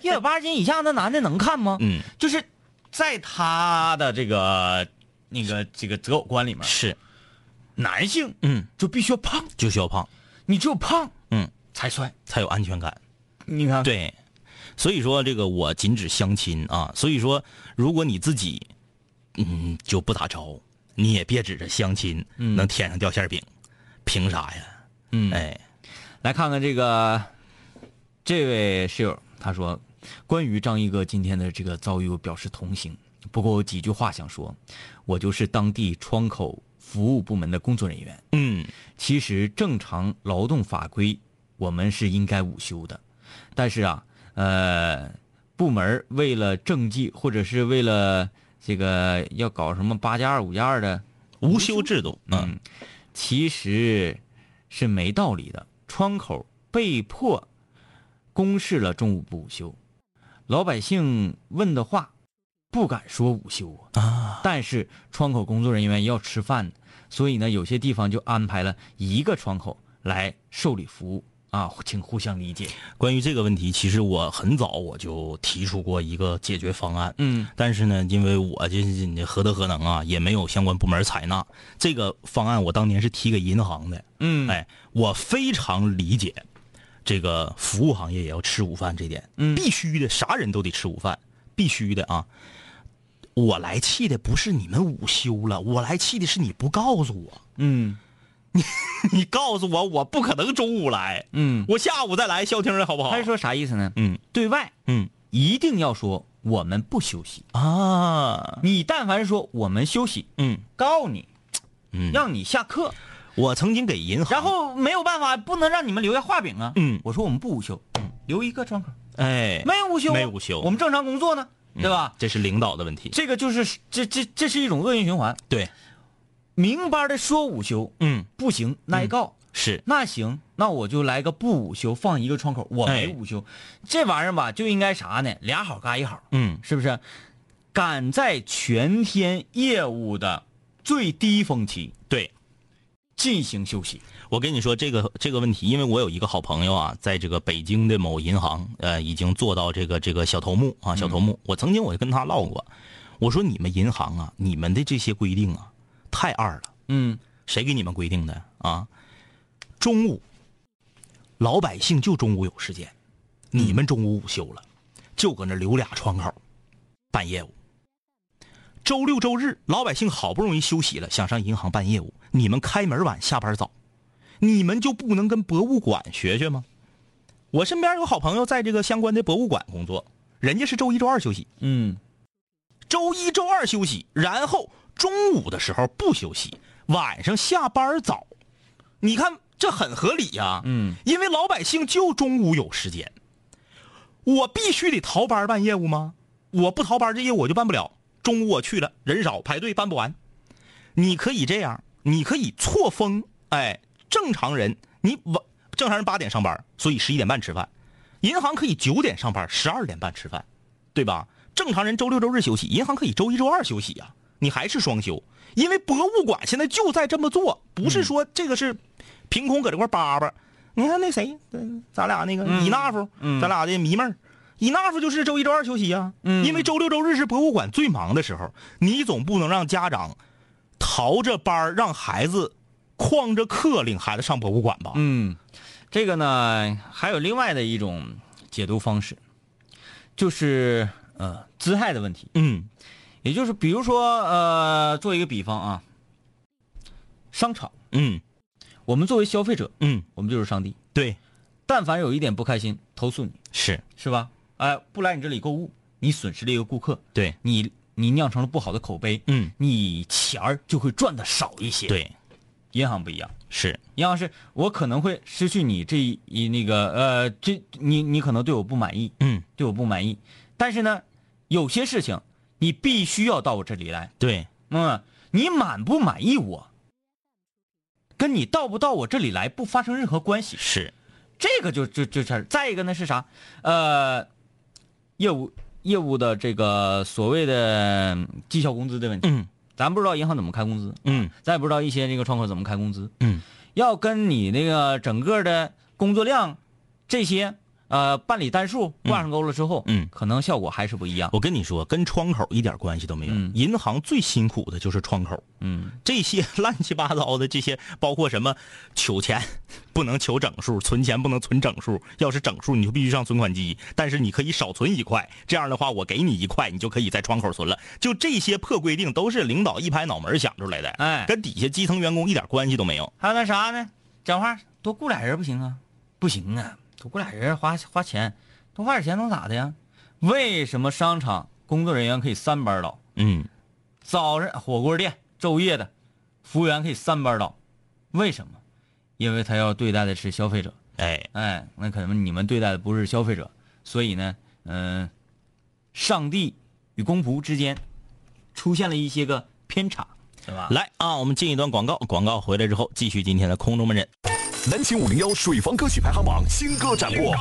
S2: 一百八十斤以下那男的能看吗？
S3: 嗯，
S2: 就是在他的这个那个这个择偶观里面，
S3: 是，
S2: 啊男性
S3: 嗯，
S2: 就必须要胖，
S3: 就需要胖，
S2: 你只有胖
S3: 嗯，
S2: 才帅，啊
S3: 才有安全感。
S2: 你看，
S3: 对，所以说这个我禁止相亲啊。所以说，如果你自己，嗯，就不咋招，你也别指着相亲、能天上掉馅儿饼，凭啥呀？
S2: 嗯，
S3: 哎，
S2: 来看看这个这位室友，他说关于张一哥今天的这个遭遇，我表示同情。不过我有几句话想说，我就是当地窗口服务部门的工作人员。
S3: 嗯
S2: 其实正常劳动法规我们是应该午休的，但是啊，呃，部门儿为了政绩或者是为了这个要搞什么八加二、五加二的，
S3: 无休制度，嗯，
S2: 其实是没道理的。窗口被迫公示了中午不午休，老百姓问的话不敢说午休啊。
S3: 啊，
S2: 但是窗口工作人员要吃饭的，所以呢，有些地方就安排了一个窗口来受理服务，啊，请互相理解。
S3: 关于这个问题，其实我很早我就提出过一个解决方案，
S2: 嗯，
S3: 但是呢，因为我这这何德何能啊，也没有相关部门采纳这个方案。我当年是提给银行的，
S2: 嗯
S3: 哎，我非常理解这个服务行业也要吃午饭这点，
S2: 嗯
S3: 必须的，啥人都得吃午饭，必须的啊。我来气的不是你们午休了，我来气的是你不告诉我，
S2: 嗯
S3: 你告诉我，我不可能中午来，
S2: 嗯，
S3: 我下午再来消停了，好不好？
S2: 他是说啥意思呢？
S3: 嗯
S2: 对外
S3: 嗯
S2: 一定要说我们不休息，
S3: 啊，
S2: 你但凡说我们休息，
S3: 嗯
S2: 告你，
S3: 嗯，
S2: 让你下课，
S3: 我曾经给银行，
S2: 然后没有办法，不能让你们留下画饼啊。
S3: 嗯
S2: 我说我们不午休，留一个窗口，
S3: 哎，
S2: 没有午休啊，
S3: 没有午休嗯
S2: 我们正常工作呢，对吧？
S3: 这是领导的问题，
S2: 这个就是这这这是一种恶性循环，
S3: 对，
S2: 明班的说午休
S3: 嗯，
S2: 不行，挨告。
S3: 是，
S2: 那行，那我就来个不午休，放一个窗口，我没
S3: 哎
S2: 午休。这玩意儿吧，就应该啥呢？俩好嘎一好，
S3: 嗯
S2: 是不是？赶在全天业务的最低峰期
S3: 对。
S2: 进行休息。
S3: 我跟你说这个这个问题，因为我有一个好朋友啊，在这个北京的某银行，呃，已经做到这个这个小头目啊，小头目。我曾经我就跟他唠过，我说你们银行啊，你们的这些规定啊，太二了，
S2: 嗯
S3: 谁给你们规定的啊？中午，老百姓就中午有时间，你们中午午休了，就搁那留俩窗口办业务。周六周日，老百姓好不容易休息了，想上银行办业务，你们开门晚，下班早，你们就不能跟博物馆学学吗？我身边有好朋友在这个相关的博物馆工作，人家是周一周二休息，
S2: 嗯
S3: 周一周二休息，然后中午的时候不休息，晚上下班早。你看这很合理呀、
S2: 嗯，
S3: 因为老百姓就中午有时间，我必须得逃班办业务吗？我不逃班这业务我就办不了。中午我去了，人少排队办不完。你可以这样，你可以错峰，哎，正常人你晚正常人八点上班，所以十一点半吃饭，银行可以九点上班，十二点半吃饭，对吧？正常人周六周日休息，银行可以周一周二休息呀、你还是双休，因为博物馆现在就在这么做，不是说这个是凭空搁这块叭叭。你看那谁，嗯咱俩那个伊纳夫，咱俩的迷妹儿，伊纳夫就是周一周二休息呀、因为周六周日是博物馆最忙的时候，你总不能让家长逃着班儿让孩子旷着课领孩子上博物馆吧？
S2: 嗯，这个呢，还有另外的一种解读方式，就是呃姿态的问题。
S3: 嗯
S2: 也就是比如说，呃，做一个比方啊，商场，
S3: 嗯
S2: 我们作为消费者，
S3: 嗯，
S2: 我们就是上帝，
S3: 对，
S2: 但凡有一点不开心，投诉你
S3: 是
S2: 是吧？哎、不来你这里购物，你损失了一个顾客，
S3: 对，
S2: 你你酿成了不好的口碑，
S3: 嗯，
S2: 你钱儿就会赚的少一些。，
S3: 对，
S2: 银行不一样，
S3: 是，
S2: 银行是我可能会失去你这一一那个呃，这你你可能对我不满意，
S3: 嗯，
S2: 对我不满意，但是呢，有些事情你必须要到我这里来。
S3: 对，
S2: 嗯，你满不满意我，跟你到不到我这里来不发生任何关系。
S3: 是，
S2: 这个就就就事儿。再一个呢是啥？呃，业务业务的这个所谓的嗯绩效工资的问题，
S3: 嗯
S2: 咱不知道银行怎么开工资，
S3: 嗯
S2: 咱也不知道一些这个窗口怎么开工资，
S3: 嗯，
S2: 要跟你那个整个的工作量这些呃办理单数挂上钩了之后，
S3: 嗯
S2: 可能效果还是不一样。
S3: 我跟你说，跟窗口一点关系都没有。
S2: 嗯
S3: 银行最辛苦的就是窗口，
S2: 嗯
S3: 这些 乱七八糟的这些，包括什么取钱不能求整数，存钱不能存整数，要是整数你就必须上存款机，但是你可以少存一块，这样的话我给你一块，你就可以在窗口存了。就这些破规定都是领导一拍脑门想出来的，
S2: 哎
S3: 跟底下基层员工一点关系都没有。
S2: 还有那啥呢？讲话多雇俩人不行啊？不行啊，多雇俩人花花钱，多花点钱能咋的呀？为什么商场工作人员可以三班倒？
S3: 嗯，
S2: 早上火锅店昼夜的服务员可以三班倒，为什么？因为他要对待的是消费者，
S3: 哎，
S2: 哎，那可能你们对待的不是消费者，所以呢，嗯、上帝与公仆之间出现了一些个偏差，对吧？
S3: 来啊，我们进一段广告，广告回来之后继续今天的空中门诊。
S4: 南秦五零幺水房歌曲排行榜新歌展播。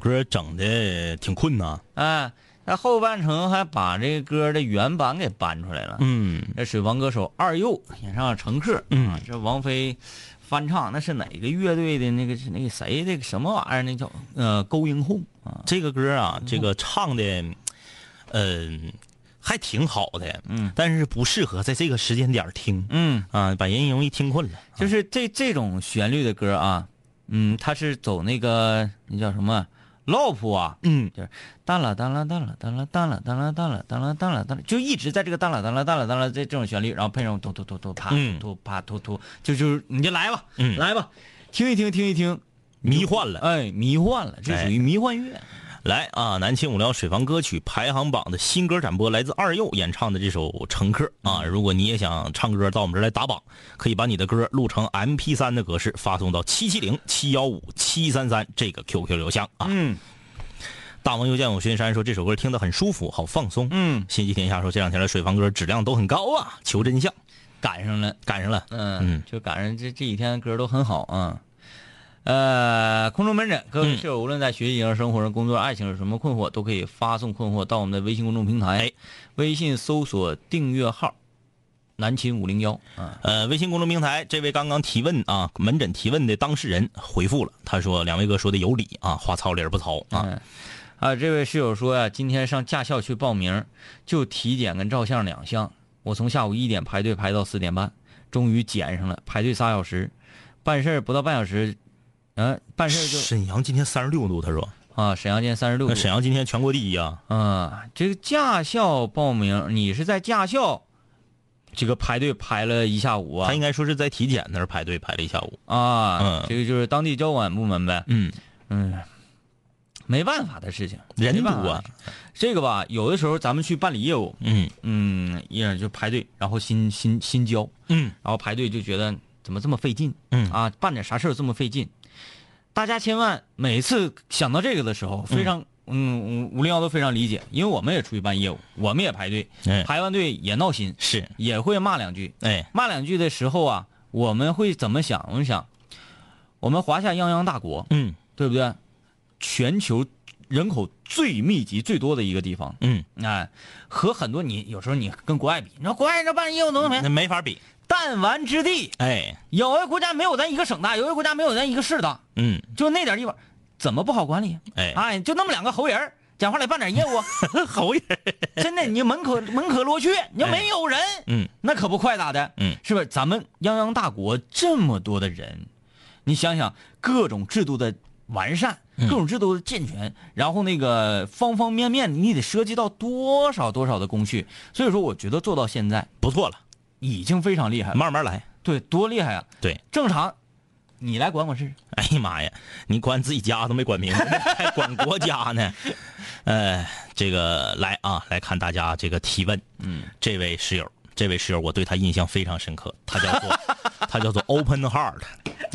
S3: 歌整的挺困呐。
S2: 哎，那后半程还把这个歌的原版给搬出来了。
S3: 嗯
S2: 这水王歌手二佑演唱乘客，
S3: 嗯
S2: 啊，这王菲翻唱，那是哪个乐队的那个是那个谁那个什么玩意儿？那叫呃勾英红啊，
S3: 这个歌啊，这个唱的，嗯、还挺好的，嗯，但是不适合在这个时间点儿听，
S2: 嗯，
S3: 啊，把人容易听困了。
S2: 啊就是这这种旋律的歌啊，嗯，它是走那个那叫什么老谱啊，
S3: 嗯，
S2: 就是哒啦哒啦哒啦哒啦哒啦哒啦哒啦哒啦哒啦哒啦，就一直在这个哒啦哒啦哒啦哒啦这这种旋律，然后配上突突突突啪
S3: 嗯
S2: 突啪突突，就就是你就来吧，
S3: 嗯
S2: 来吧，听一听听一听，
S3: 迷幻了。哎
S2: 哎，迷幻了，这属于迷幻乐。
S3: 来啊，南青五聊水房歌曲排行榜的新歌展播，来自二佑演唱的这首《乘客》啊。
S2: 嗯
S3: 如果你也想唱歌到我们这儿来打榜，可以把你的歌录成 M P 三的格式发送到七七零七幺五七三三这个 Q Q 邮箱啊。
S2: 嗯
S3: 大王又见我巡山说这首歌听得很舒服，好放松。
S2: 嗯，
S3: 心系天下说这两天的水房歌质量都很高啊，求真相，
S2: 赶上了，
S3: 赶上了。
S2: 嗯，就赶上这这几天歌都很好啊。呃，空中门诊，各位室友，无论在学习上、生活上、工作、爱情有什么困惑，都可以发送困惑到我们的微信公众平台，
S3: 哎
S2: 微信搜索订阅号“南秦五零幺”啊，
S3: 呃，微信公众平台这位刚刚提问啊，门诊提问的当事人回复了，他说两位哥说的有理啊，话糙理儿不糙啊。
S2: 嗯啊，这位室友说呀、今天上驾校去报名，就体检跟照相两项，我从下午一点排队排到四点半，终于捡上了，排队仨小时，办事儿不到半小时，嗯、办事儿就
S3: 沈阳今天三十六度，他说，
S2: 啊，沈阳今天三十六
S3: 那
S2: 度。
S3: 沈阳今天全国第一啊。
S2: 啊，这个驾校报名，你是在驾校这个排队排了一下午啊
S3: 他？应该说是在体检那儿排队排了一下午。
S2: 啊，
S3: 嗯
S2: 这个就是当地交管部门呗。
S3: 嗯，
S2: 嗯，没办法的事情，
S3: 人多
S2: 没办法
S3: 啊
S2: 的。事情。这个吧，有的时候咱们去办理业务，
S3: 嗯
S2: 嗯，也就排队，然后新新新交，
S3: 嗯
S2: 然后排队就觉得怎么这么费劲
S3: 嗯
S2: 啊？办点啥事儿这么费劲？大家千万每次想到这个的时候，非常嗯，五零幺都非常理解，因为我们也出去办业务，我们也排队，
S3: 哎
S2: 排完队也闹心，
S3: 是
S2: 也会骂两句。
S3: 哎
S2: 骂两句的时候啊，我们会怎么想？我们想，我们华夏泱泱大国，
S3: 嗯
S2: 对不对？全球人口最密集、最多的一个地方，
S3: 嗯，
S2: 哎，和很多你有时候你跟国外比，你说国外这办业务能
S3: 那
S2: 没？
S3: 没法比。
S2: 弹丸之地，
S3: 哎
S2: 有的国家没有咱一个省大，有的国家没有咱一个市大，
S3: 嗯
S2: 就那点地方，怎么不好管理？
S3: 哎
S2: 哎，就那么两个猴人儿讲话得办点业务，猴人，真的，你门可门可罗雀，你要没有人，
S3: 嗯
S2: 那可不快咋的？
S3: 嗯
S2: 是不是？咱们泱泱大国这么多的人，你想想各种制度的完善，
S3: 嗯
S2: 各种制度的健全，然后那个方方面面，你得涉及到多少多少的工序。所以说，我觉得做到现在
S3: 不错了，
S2: 已经非常厉害了。
S3: 慢慢来。
S2: 对，多厉害啊！
S3: 对，
S2: 正常，你来管管试试。
S3: 哎呀妈呀，你管自己家都没管明白，还管国家呢？呃，这个来啊，来看大家这个提问。嗯，这位室友，这位室友，我对他印象非常深刻，他叫 做他叫做 Open Heart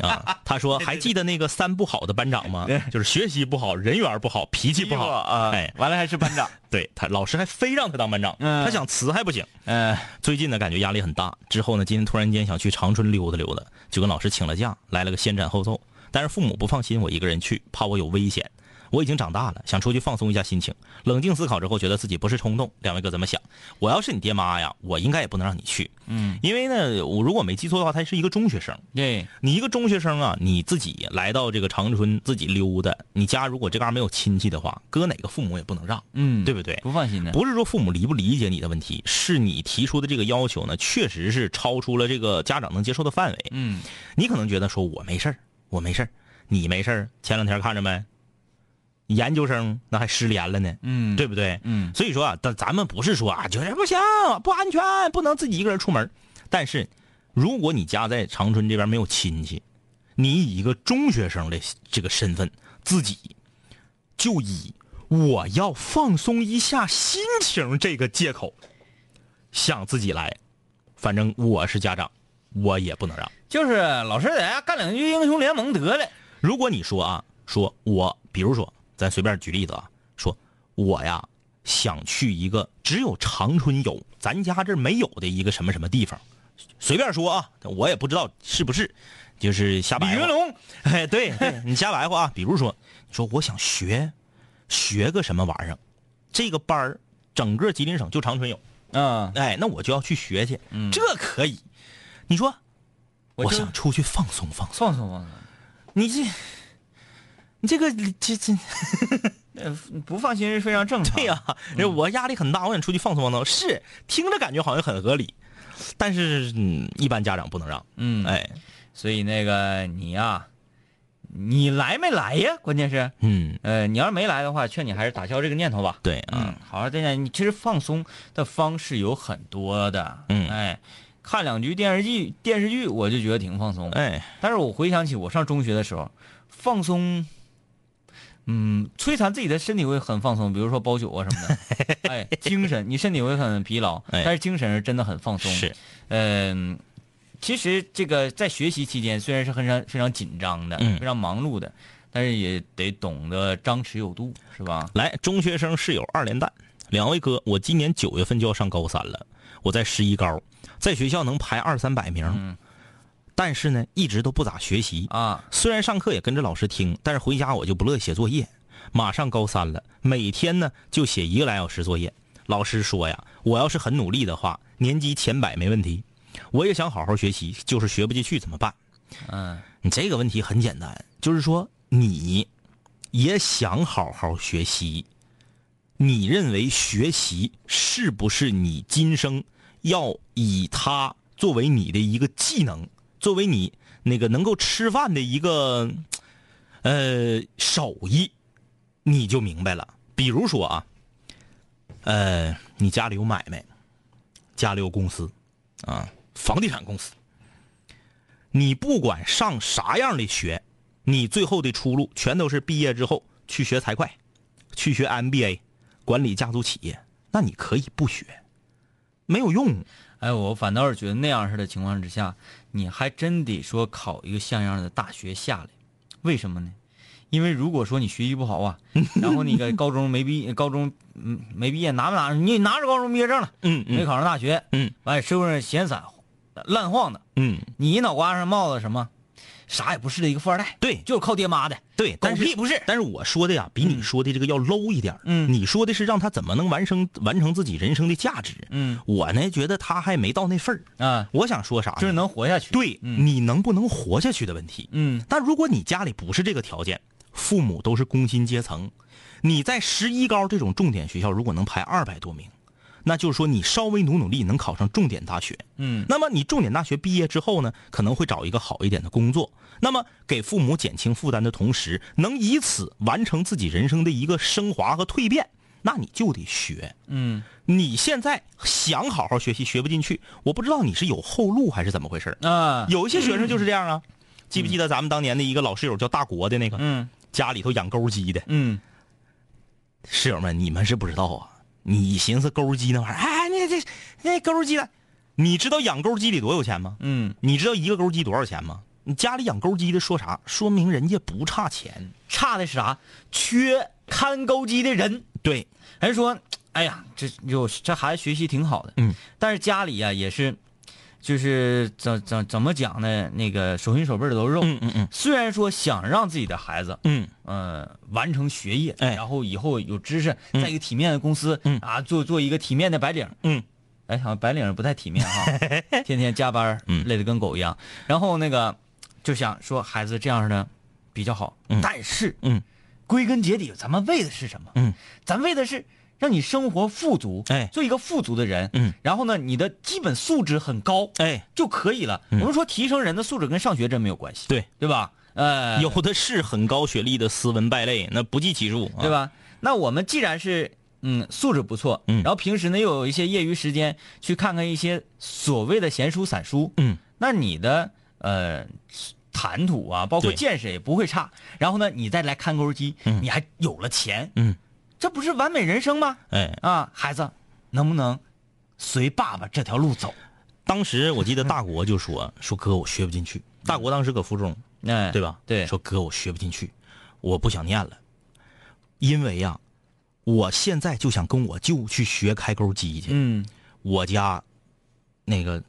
S3: 啊。他 说还记得那个三不好的班长吗？就是学习不好，人缘不好，哎脾气不好
S2: 啊，
S3: 哎，
S2: 完了还是班长。
S3: 对他老师还非让他当班长，
S2: 嗯
S3: 他想辞还不行。
S2: 呃，
S3: 最近呢，感觉压力很大。之后呢，今天突然间想去长春溜达溜达，就跟老师请了假，来了个先斩后奏。但是父母不放心我一个人去，怕我有危险。我已经长大了，想出去放松一下心情。冷静思考之后，觉得自己不是冲动。两位哥怎么想？我要是你爹妈呀，我应该也不能让你去。
S2: 嗯，
S3: 因为呢，我如果没记错的话，他是一个中学生。
S2: 对，
S3: 你一个中学生啊，你自己来到这个长春自己溜达，你家如果这嘎没有亲戚的话，搁哪个父母也不能让，
S2: 嗯，
S3: 对不对？
S2: 不放心的。
S3: 不是说父母理不理解你的问题，是你提出的这个要求呢，确实是超出了这个家长能接受的范围。
S2: 嗯，
S3: 你可能觉得说我没事儿，我没事儿，你没事儿。前两天看着没，研究生那还失联了呢，
S2: 嗯
S3: 对不对？
S2: 嗯
S3: 所以说啊，咱咱们不是说啊，觉得不行，不安全，不能自己一个人出门。但是，如果你家在长春这边没有亲戚，你以一个中学生的这个身份，自己就以我要放松一下心情这个借口，想自己来。反正我是家长，我也不能让。
S2: 就是老师在家干两句英雄联盟得了。
S3: 如果你说啊，说我，比如说，咱随便举例子啊，说我呀想去一个只有长春有，咱家这儿没有的一个什么什么地方，随便说啊，我也不知道是不是，就是瞎白话。
S2: 李云龙，
S3: 哎，对，对你瞎白话啊。比如说，你说我想学学个什么玩意儿，这个班儿整个吉林省就长春有，
S2: 嗯，
S3: 哎，那我就要去学去，这可以。你说，嗯我
S2: 就
S3: 想出去放松放松，
S2: 放松放松。
S3: 你这，你这个这这，
S2: 呃，不放心是非常 正常。
S3: 对哎呀、我压力很大，我想出去放松放松，是听着感觉好像很合理，但是嗯，一般家长不能让，
S2: 嗯，哎，
S3: 哎，
S2: 所以那个你呀、你来没来呀？关键是，
S3: 嗯，
S2: 呃，你要是没来的话，劝你还是打消这个念头吧。
S3: 对
S2: 嗯
S3: 啊，，
S2: 好好在家，你其实放松的方式有很多的。
S3: 嗯
S2: 哎，看两局电视剧，电视剧我就觉得挺放松。
S3: 哎，
S2: 但是我回想起我上中学的时候，放松，嗯，摧残自己的身体会很放松，比如说包酒啊什么 的。哎，精神，你身体会很疲劳，
S3: 哎
S2: 但是精神是真的很放松。
S3: 是，
S2: 嗯，其实这个在学习期间虽然是非常非常紧张的，
S3: 嗯
S2: 非常忙碌的，但是也得懂得张弛有度，是吧？
S3: 来，中学生室友二连弹，两位哥，我今年九月份就要上高三了，我在十一高，在学校能排二三百名，
S2: 嗯
S3: 但是呢，一直都不咋学习，
S2: 啊，
S3: 虽然上课也跟着老师听，但是回家我就不乐意写作业。马上高三了，每天呢就写一个来小时作业。老师说呀，我要是很努力的话，年级前百没问题。我也想好好学习，就是学不进去怎么办？
S2: 嗯
S3: 你这个问题很简单，就是说你也想好好学习，你认为学习是不是你今生要以它作为你的一个技能，作为你那个能够吃饭的一个呃手艺，你就明白了。比如说啊，呃，你家里有买卖，家里有公司啊，房地产公司，你不管上啥样的学，你最后的出路全都是毕业之后去学财会，去学 MBA，管理家族企业。那你可以不学，没有用。
S2: 哎，我反倒是觉得那样式的情况之下，你还真得说考一个像样的大学下来，为什么呢？因为如果说你学习不好 啊，然后那个高中没毕，高中嗯没毕业，拿不拿？你拿着高中毕业证了，
S3: 嗯
S2: 没
S3: 嗯
S2: 考上大学，
S3: 嗯，
S2: 完社会上闲散烂晃的，
S3: 嗯，
S2: 你一脑瓜上帽子什么，啥也不是的一个富二代，
S3: 对
S2: 就是靠爹妈的。
S3: 对，但
S2: 狗屁
S3: 是
S2: 不是
S3: 但是我说的呀，比你说的这个要 low 一点儿。
S2: 嗯
S3: 你说的是让他怎么能完成完成自己人生的价值。
S2: 嗯
S3: 我呢觉得他还没到那份儿。
S2: 啊，
S3: 我想说啥呢？
S2: 就是能活下去。
S3: 对、
S2: 嗯
S3: 你能不能活下去的问题。
S2: 嗯
S3: 但如果你家里不是这个条件，父母都是工薪阶层，你在十一高这种重点学校如果能排二百多名，那就是说你稍微努努力能考上重点大学。
S2: 嗯
S3: 那么你重点大学毕业之后呢，可能会找一个好一点的工作。那么给父母减轻负担的同时，能以此完成自己人生的一个升华和蜕变，那你就得学。
S2: 嗯
S3: 你现在想好好学习，学不进去，我不知道你是有后路还是怎么回事儿。
S2: 啊
S3: 有一些学生就是这样啊，记不记得咱们当年的一个老室友叫大国的那个，
S2: 嗯
S3: 家里头养钩鸡的
S2: 嗯
S3: 室友们，你们是不知道啊。你寻思钩鸡那玩意儿，哎，那这那钩鸡的，你知道养钩鸡里多有钱吗？
S2: 嗯，
S3: 你知道一个钩鸡多少钱吗？你家里养钩鸡的说啥？说明人家不差钱。
S2: 差的是啥？缺看钩机的人。
S3: 对，
S2: 人说，哎呀，这有这孩子学习挺好的，
S3: 嗯，
S2: 但是家里呀、也是，就是怎怎怎么讲呢？那个手心手背的都是肉。
S3: 嗯嗯
S2: 虽然说想让自己的孩子，
S3: 嗯，
S2: 呃，完成学业，
S3: 哎
S2: 然后以后有知识，在一个体面的公司，嗯啊，做做一个体面的白领，
S3: 嗯，
S2: 哎，好像白领不太体面 哈，天天加班儿，
S3: 嗯
S2: 累得跟狗一样。然后那个就想说孩子这样的比较好，
S3: 嗯
S2: 但是，
S3: 嗯，
S2: 归根结底，咱们为的是什么？
S3: 嗯，
S2: 咱为的是让你生活富足，
S3: 哎
S2: 做一个富足的人，
S3: 嗯，
S2: 然后呢，你的基本素质很高，
S3: 哎，
S2: 就可以了。我们说提升人的素质跟上学真没有关系，
S3: 对
S2: 对吧？呃，
S3: 有的是很高学历的斯文败类，那不计其数，啊
S2: 对
S3: 吧？
S2: 吧？那我们既然是嗯素质不错，
S3: 嗯
S2: 然后平时呢又有一些业余时间去看看一些所谓的闲书散书，
S3: 嗯，
S2: 那你的呃谈吐啊，包括
S3: 对
S2: 见识也不会差。然后呢，你再来看钩机，你还有了钱，
S3: 嗯，
S2: 这不是完美人生吗？
S3: 哎，
S2: 啊，孩子，能不能随爸爸这条路走？
S3: 当时我记得大国就说说哥，我学不进去。大国当时搁附中，
S2: 哎，
S3: 对吧？
S2: 对，
S3: 说哥，我学不进去，我不想念了，因为呀、我现在就想跟我舅去学开钩机去。
S2: 嗯
S3: 我家那个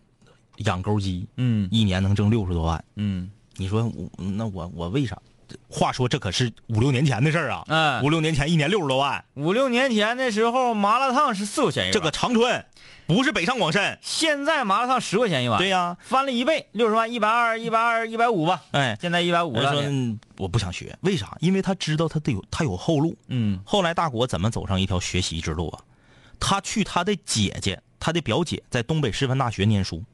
S3: 养钩机，
S2: 嗯
S3: 一年能挣六十多万。
S2: 嗯
S3: 你说我那我我为啥？话说这可是五六年前的事儿啊，
S2: 嗯
S3: 五六年前一年六十多万，
S2: 五六年前的时候，麻辣烫是四块钱一碗，
S3: 这个长春不是北上广深，
S2: 现在麻辣烫十块钱一碗，
S3: 对呀
S2: 翻了一倍，六十万，一百二，一百二，一百五吧，
S3: 哎
S2: 现在一百五
S3: 我
S2: 了
S3: 说，嗯我不想学，为啥？因为他知道他得有他有后路。
S2: 嗯
S3: 后来大国怎么走上一条学习之路啊？他去他的姐姐，他的表姐在东北师范大学念书，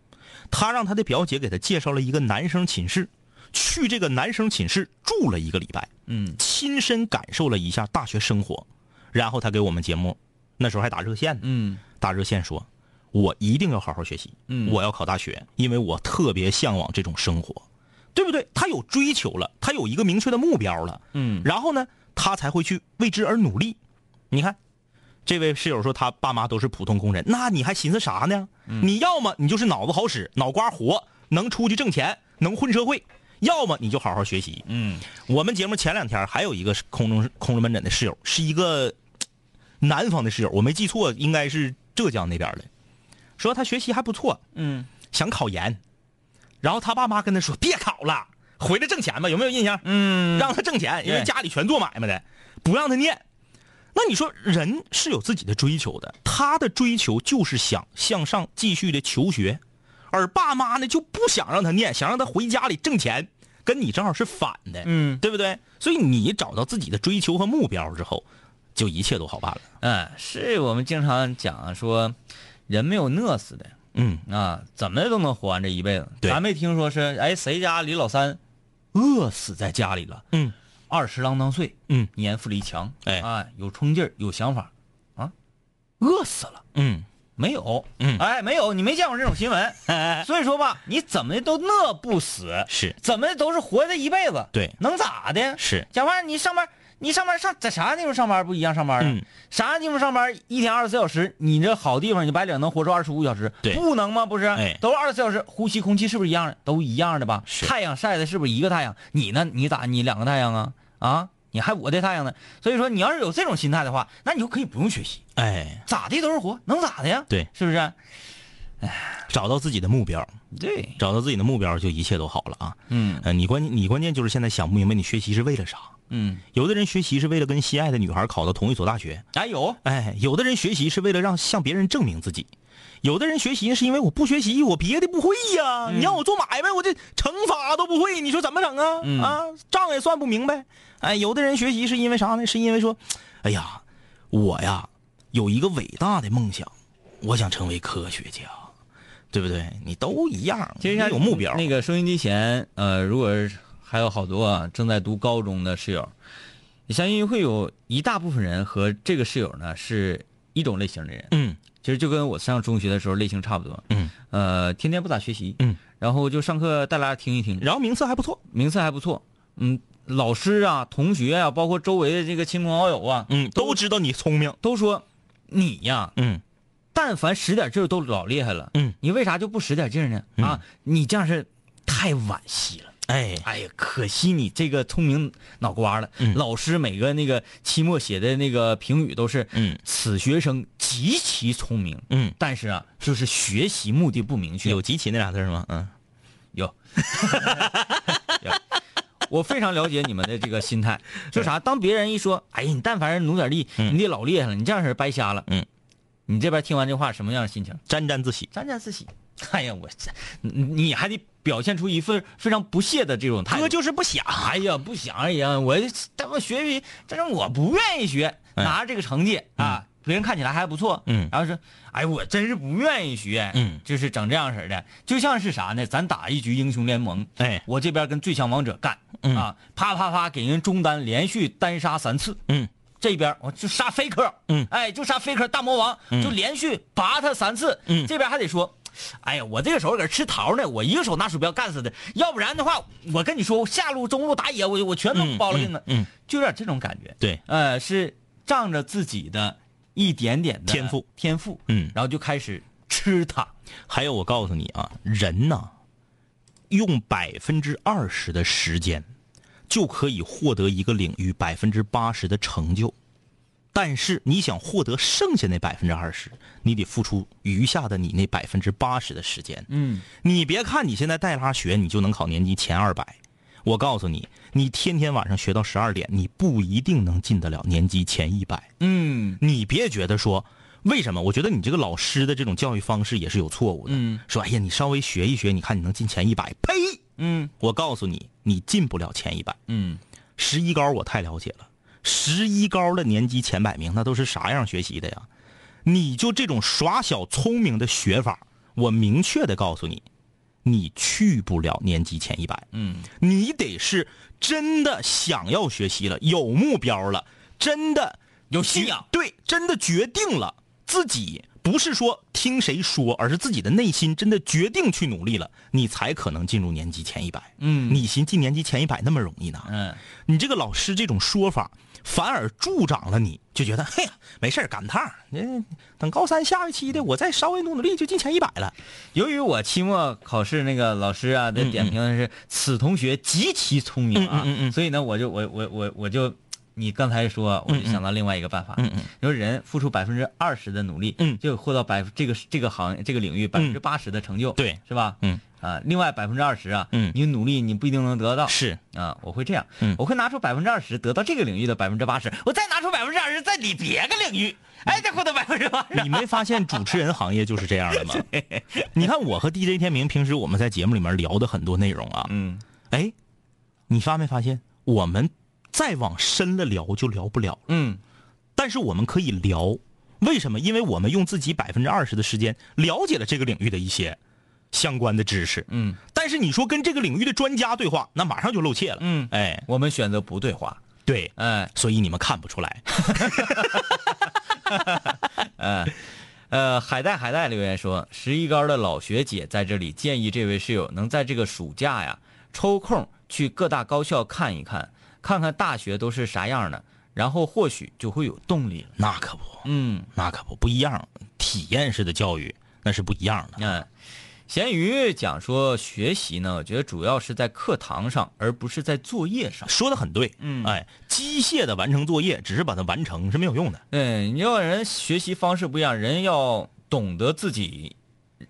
S3: 他让他的表姐给他介绍了一个男生寝室，去这个男生寝室住了一个礼拜，
S2: 嗯
S3: 亲身感受了一下大学生活，然后他给我们节目，那时候还打热线呢，
S2: 嗯
S3: 打热线说，我一定要好好学习，
S2: 嗯
S3: 我要考大学，因为我特别向往这种生活，对不对？他有追求了，他有一个明确的目标了，
S2: 嗯
S3: 然后呢，他才会去为之而努力。你看，这位室友说他爸妈都是普通工人，那你还寻思啥呢？
S2: 嗯
S3: 你要么你就是脑子好使，脑瓜活，能出去挣钱，能混社会；要么你就好好学习。
S2: 嗯
S3: 我们节目前两天还有一个是空中空中门诊的室友，是一个嘖南方的室友，我没记错，应该是浙江那边的，说他学习还不错，
S2: 嗯
S3: 想考研，然后他爸妈跟他说别考了，回来挣钱吧，有没有印象？
S2: 嗯，
S3: 让他挣钱，因为
S2: 对
S3: 家里全做买卖的，不让他念。那你说人是有自己的追求的，他的追求就是想向上继续的求学，而爸妈呢就不想让他念，想让他回家里挣钱，跟你正好是反的，
S2: 嗯
S3: 对不对？所以你找到自己的追求和目标之后，就一切都好办了。
S2: 嗯，是我们经常讲啊说，人没有饿死的，
S3: 嗯，
S2: 啊，怎么都能活完这一辈子。
S3: 对
S2: 咱没听说是哎谁家李老三饿死在家里了，
S3: 嗯，
S2: 二十郎当岁，
S3: 嗯，
S2: 年富力强，
S3: 哎
S2: 啊，有冲劲儿，有想法，啊，饿死了
S3: 嗯，
S2: 没有？
S3: 嗯
S2: 哎，没有，你没见过这种新 闻，所以说吧，你怎么的都饿不死，
S3: 哎是
S2: 怎么的都是活这一辈子，
S3: 对
S2: 能咋的？
S3: 是，
S2: 讲话你上班。你上班上在啥地方上班不一样上班啊？
S3: 嗯
S2: 啥地方上班一天二十四小时？你这好地方，你白领能活出二十五小时，
S3: 对
S2: 不能吗？不是，
S3: 哎
S2: 都二十四小时，呼吸空气是不是一样的？都一样的吧？
S3: 是
S2: 太阳晒的是不是一个太阳？你呢？你咋你两个太阳啊？啊，你还我的太阳呢？所以说，你要是有这种心态的话，那你就可以不用学习，
S3: 哎，
S2: 咋地都是活，能咋的呀？
S3: 对
S2: 是不是？
S3: 找到自己的目标，
S2: 对，
S3: 找到自己的目标，就一切都好了啊。
S2: 嗯
S3: 呃，你关你关键就是现在想不明白，你学习是为了啥？
S2: 嗯，
S3: 有的人学习是为了跟心爱的女孩考到同一所大学，
S2: 哎有，
S3: 哎，有的人学习是为了让向别人证明自己，有的人学习是因为我不学习，我别的不会呀、你让我做买卖，我这乘法都不会，你说怎么整啊？
S2: 嗯
S3: 啊，账也算不明白。哎，有的人学习是因为啥呢？是因为说，哎呀，我呀有一个伟大的梦想，我想成为科学家，对不对？你都一样，
S2: 其实
S3: 你
S2: 像
S3: 有目标。
S2: 那个收音机前，呃，如果是还有好多啊正在读高中的室友，你相信会有一大部分人和这个室友呢是一种类型的人。
S3: 嗯
S2: 其实就跟我上中学的时候类型差不多。
S3: 嗯，
S2: 呃，天天不咋学习，
S3: 嗯，
S2: 然后就上课带大家听一听，
S3: 然后名次还不错。
S2: 名次还不错。嗯，老师啊、同学啊，包括周围的这个亲朋好友啊，
S3: 嗯，都知道你聪明。
S2: 都说你呀，
S3: 嗯
S2: 但凡使点劲儿都老厉害了。
S3: 嗯，
S2: 你为啥就不使点劲儿呢？啊，你这样是太惋惜了。
S3: 哎，
S2: 哎呀，可惜你这个聪明脑瓜了。
S3: 嗯
S2: 老师每个那个期末写的那个评语都是，
S3: 嗯
S2: 此学生极其聪明，
S3: 嗯，
S2: 但是啊，就是学习目的不明确。
S3: 有集齐那俩字儿吗？嗯，
S2: 有，我非常了解你们的这个心 态，就啥？当别人一说，哎呀，你但凡是努点力，你得老厉害了，你这样式儿掰瞎了。
S3: 嗯，
S2: 你这边听完这话什么样的心情？
S3: 沾沾自喜。
S2: 沾沾自喜。 哎呀，我这你你还得表现出一份非常不屑的这种态度。
S3: 哥就是不想。
S2: 哎呀，不想也行，我他妈学习，但是我不愿意学，
S3: 哎
S2: 拿着这个成绩啊，别人看起来还不错，
S3: 嗯
S2: 然后说，哎，我真是不愿意学，
S3: 嗯
S2: 就是整这样式儿的，就像是啥呢？咱打一局英雄联盟，
S3: 哎
S2: 我这边跟最强王者干，
S3: 嗯
S2: 啊，啪啪啪给人中单连续单杀三次，
S3: 嗯
S2: 这边我就杀 faker，
S3: 嗯
S2: 哎，就杀 faker 大魔王，就连续拔他三次，
S3: 嗯
S2: 这边还得说，哎呀，我这个手搁这吃桃呢，我一个手拿鼠标干死的，要不然的话，我跟你说，我下路、中路、打野，我我全都包了给你们，
S3: 嗯嗯嗯
S2: 就有点这种感觉，
S3: 对，
S2: 呃，是仗着自己的一点点的
S3: 天赋
S2: 天赋，
S3: 嗯
S2: 然后就开始吃他，
S3: 还有，我告诉你啊，人呐，用百分之二十的时间，就可以获得一个领域百分之八十的成就。但是你想获得剩下那百分之二十，你得付出余下的你那百分之八十的时间。
S2: 嗯
S3: 你别看你现在带拉学，你就能考年级前二百。我告诉你，你天天晚上学到十二点，你不一定能进得了年级前一百。
S2: 嗯
S3: 你别觉得说为什么？我觉得你这个老师的这种教育方式也是有错误的。
S2: 嗯
S3: 说哎呀，你稍微学一学，你看你能进前一百？呸！
S2: 嗯
S3: 我告诉你，你进不了前一百。
S2: 嗯
S3: 十一高我太了解了，十一高的年级前百名那都是啥样学习的呀？你就这种耍小聪明的学法，我明确的告诉你，你去不了年级前一百。
S2: 嗯
S3: 你得是真的想要学习了，有目标了，真的
S2: 有信仰
S3: 决对，真的决定了自己，不是说听谁说，而是自己的内心真的决定去努力了，你才可能进入年级前一百。
S2: 嗯
S3: 你寻进年级前一百那么容易呢？
S2: 嗯
S3: 你这个老师这种说法，反而助长了你，就觉得嘿呀，没事儿赶趟儿，嗯等高三下学期的，我再稍微努努力就进前一百了。
S2: 由于我期末考试那个老师啊的点评是此同学极其聪明啊，
S3: 嗯嗯嗯嗯嗯
S2: 所以呢，我就我我我我就你刚才说，我就想到另外一个办法，
S3: 嗯嗯
S2: 你说人付出百分之二十的努力，
S3: 嗯
S2: 就获到百分这个这个行业这个领域百分之八十的成就，
S3: 对
S2: 是吧？
S3: 嗯
S2: 啊，另外百分之二十啊，
S3: 嗯
S2: 你努力你不一定能得到，
S3: 是
S2: 啊，我会这样，
S3: 嗯
S2: 我会拿出百分之二十得到这个领域的百分之八十，我再拿出百分之二十在你别个领域，
S3: 嗯
S2: 哎，再获得百分之八十，
S3: 你没发现主持人行业就是这样的吗？你看我和 DJ 天明平时我们在节目里面聊的很多内容啊，
S2: 嗯
S3: 哎，你发没发现我们再往深了聊就聊不了了？
S2: 嗯
S3: 但是我们可以聊，为什么？因为我们用自己百分之二十的时间了解了这个领域的一些相关的知识。
S2: 嗯，
S3: 但是你说跟这个领域的专家对话，那马上就露怯了。
S2: 嗯
S3: 哎，
S2: 我们选择不对话，
S3: 对，
S2: 哎。
S3: 所以你们看不出来。
S2: 呃，海带海带留言说，十一高的老学姐在这里建议这位室友能在这个暑假呀抽空去各大高校看一看，看看大学都是啥样的，然后或许就会有动力了。
S3: 那可不，
S2: 嗯，
S3: 那可不不一样，体验式的教育那是不一样的。
S2: 嗯，咸鱼讲说学习呢，我觉得主要是在课堂上，而不是在作业上。
S3: 啊说的很对，
S2: 嗯
S3: 哎，机械的完成作业，只是把它完成是没有用的。
S2: 嗯，你要人学习方式不一样，人要懂得自己，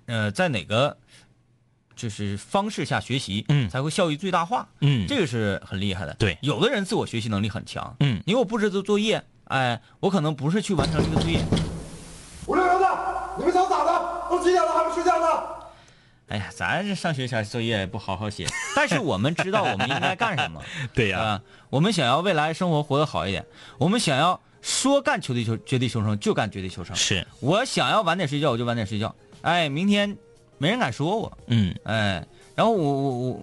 S2: 呃，在哪个就是方式下学习，
S3: 嗯
S2: 才会效益最大化。
S3: 嗯
S2: 这个是很厉害的。
S3: 对
S2: 有的人自我学习能力很强，
S3: 嗯
S2: 因为我布置的作业，哎，我可能不是去完成这个作业。
S5: 五六零的，你们想咋的？都几点了还不睡觉呢？
S2: 哎呀，咱这上学前作业也不好好 写，但是我们知道我们应该干什么。
S3: 对
S2: 啊、我们想要未来生活活得好一点，我们想要说干绝地求绝地求生就干绝地求生。
S3: 是，
S2: 我想要晚点睡觉我就晚点睡觉，哎，明天没人敢说我，
S3: 嗯，
S2: 哎，然后我我我，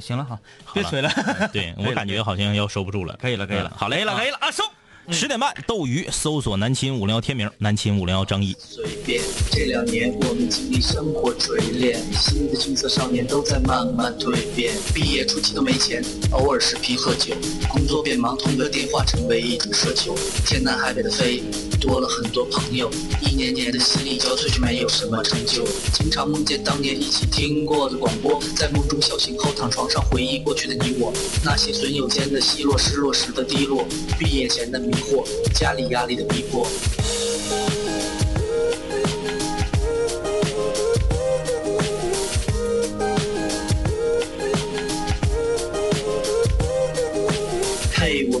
S2: 行了哈，别
S3: 了
S2: 吹 了，
S3: 对
S2: 以
S3: 我
S2: 了
S3: 感
S2: 可以
S3: 觉好像要收不住了。
S2: 可以了可以了，
S3: 嗯好嘞，
S2: 可以了可以
S3: 以。
S2: 了啊，收。
S3: 十点半，斗鱼搜索南秦五零幺天明，南秦五零幺张一。
S6: 随便。这两年我们经历生活锤炼，新的青涩少年都在慢慢蜕变。毕业初期都没钱，偶尔视频喝酒，工作变忙，通个电话成为一种奢求。天南海北的飞，多了很多朋友，一年年的心力交瘁却没有什么成就。经常梦见当年一起听过的广播，在梦中笑醒后躺床上回忆过去的你我，那些损友间的奚落，失落时的低落，毕业前的迷惑，家里压力的逼迫。嘿，我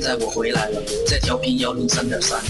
S6: 在我回来了，在调频幺零三点三。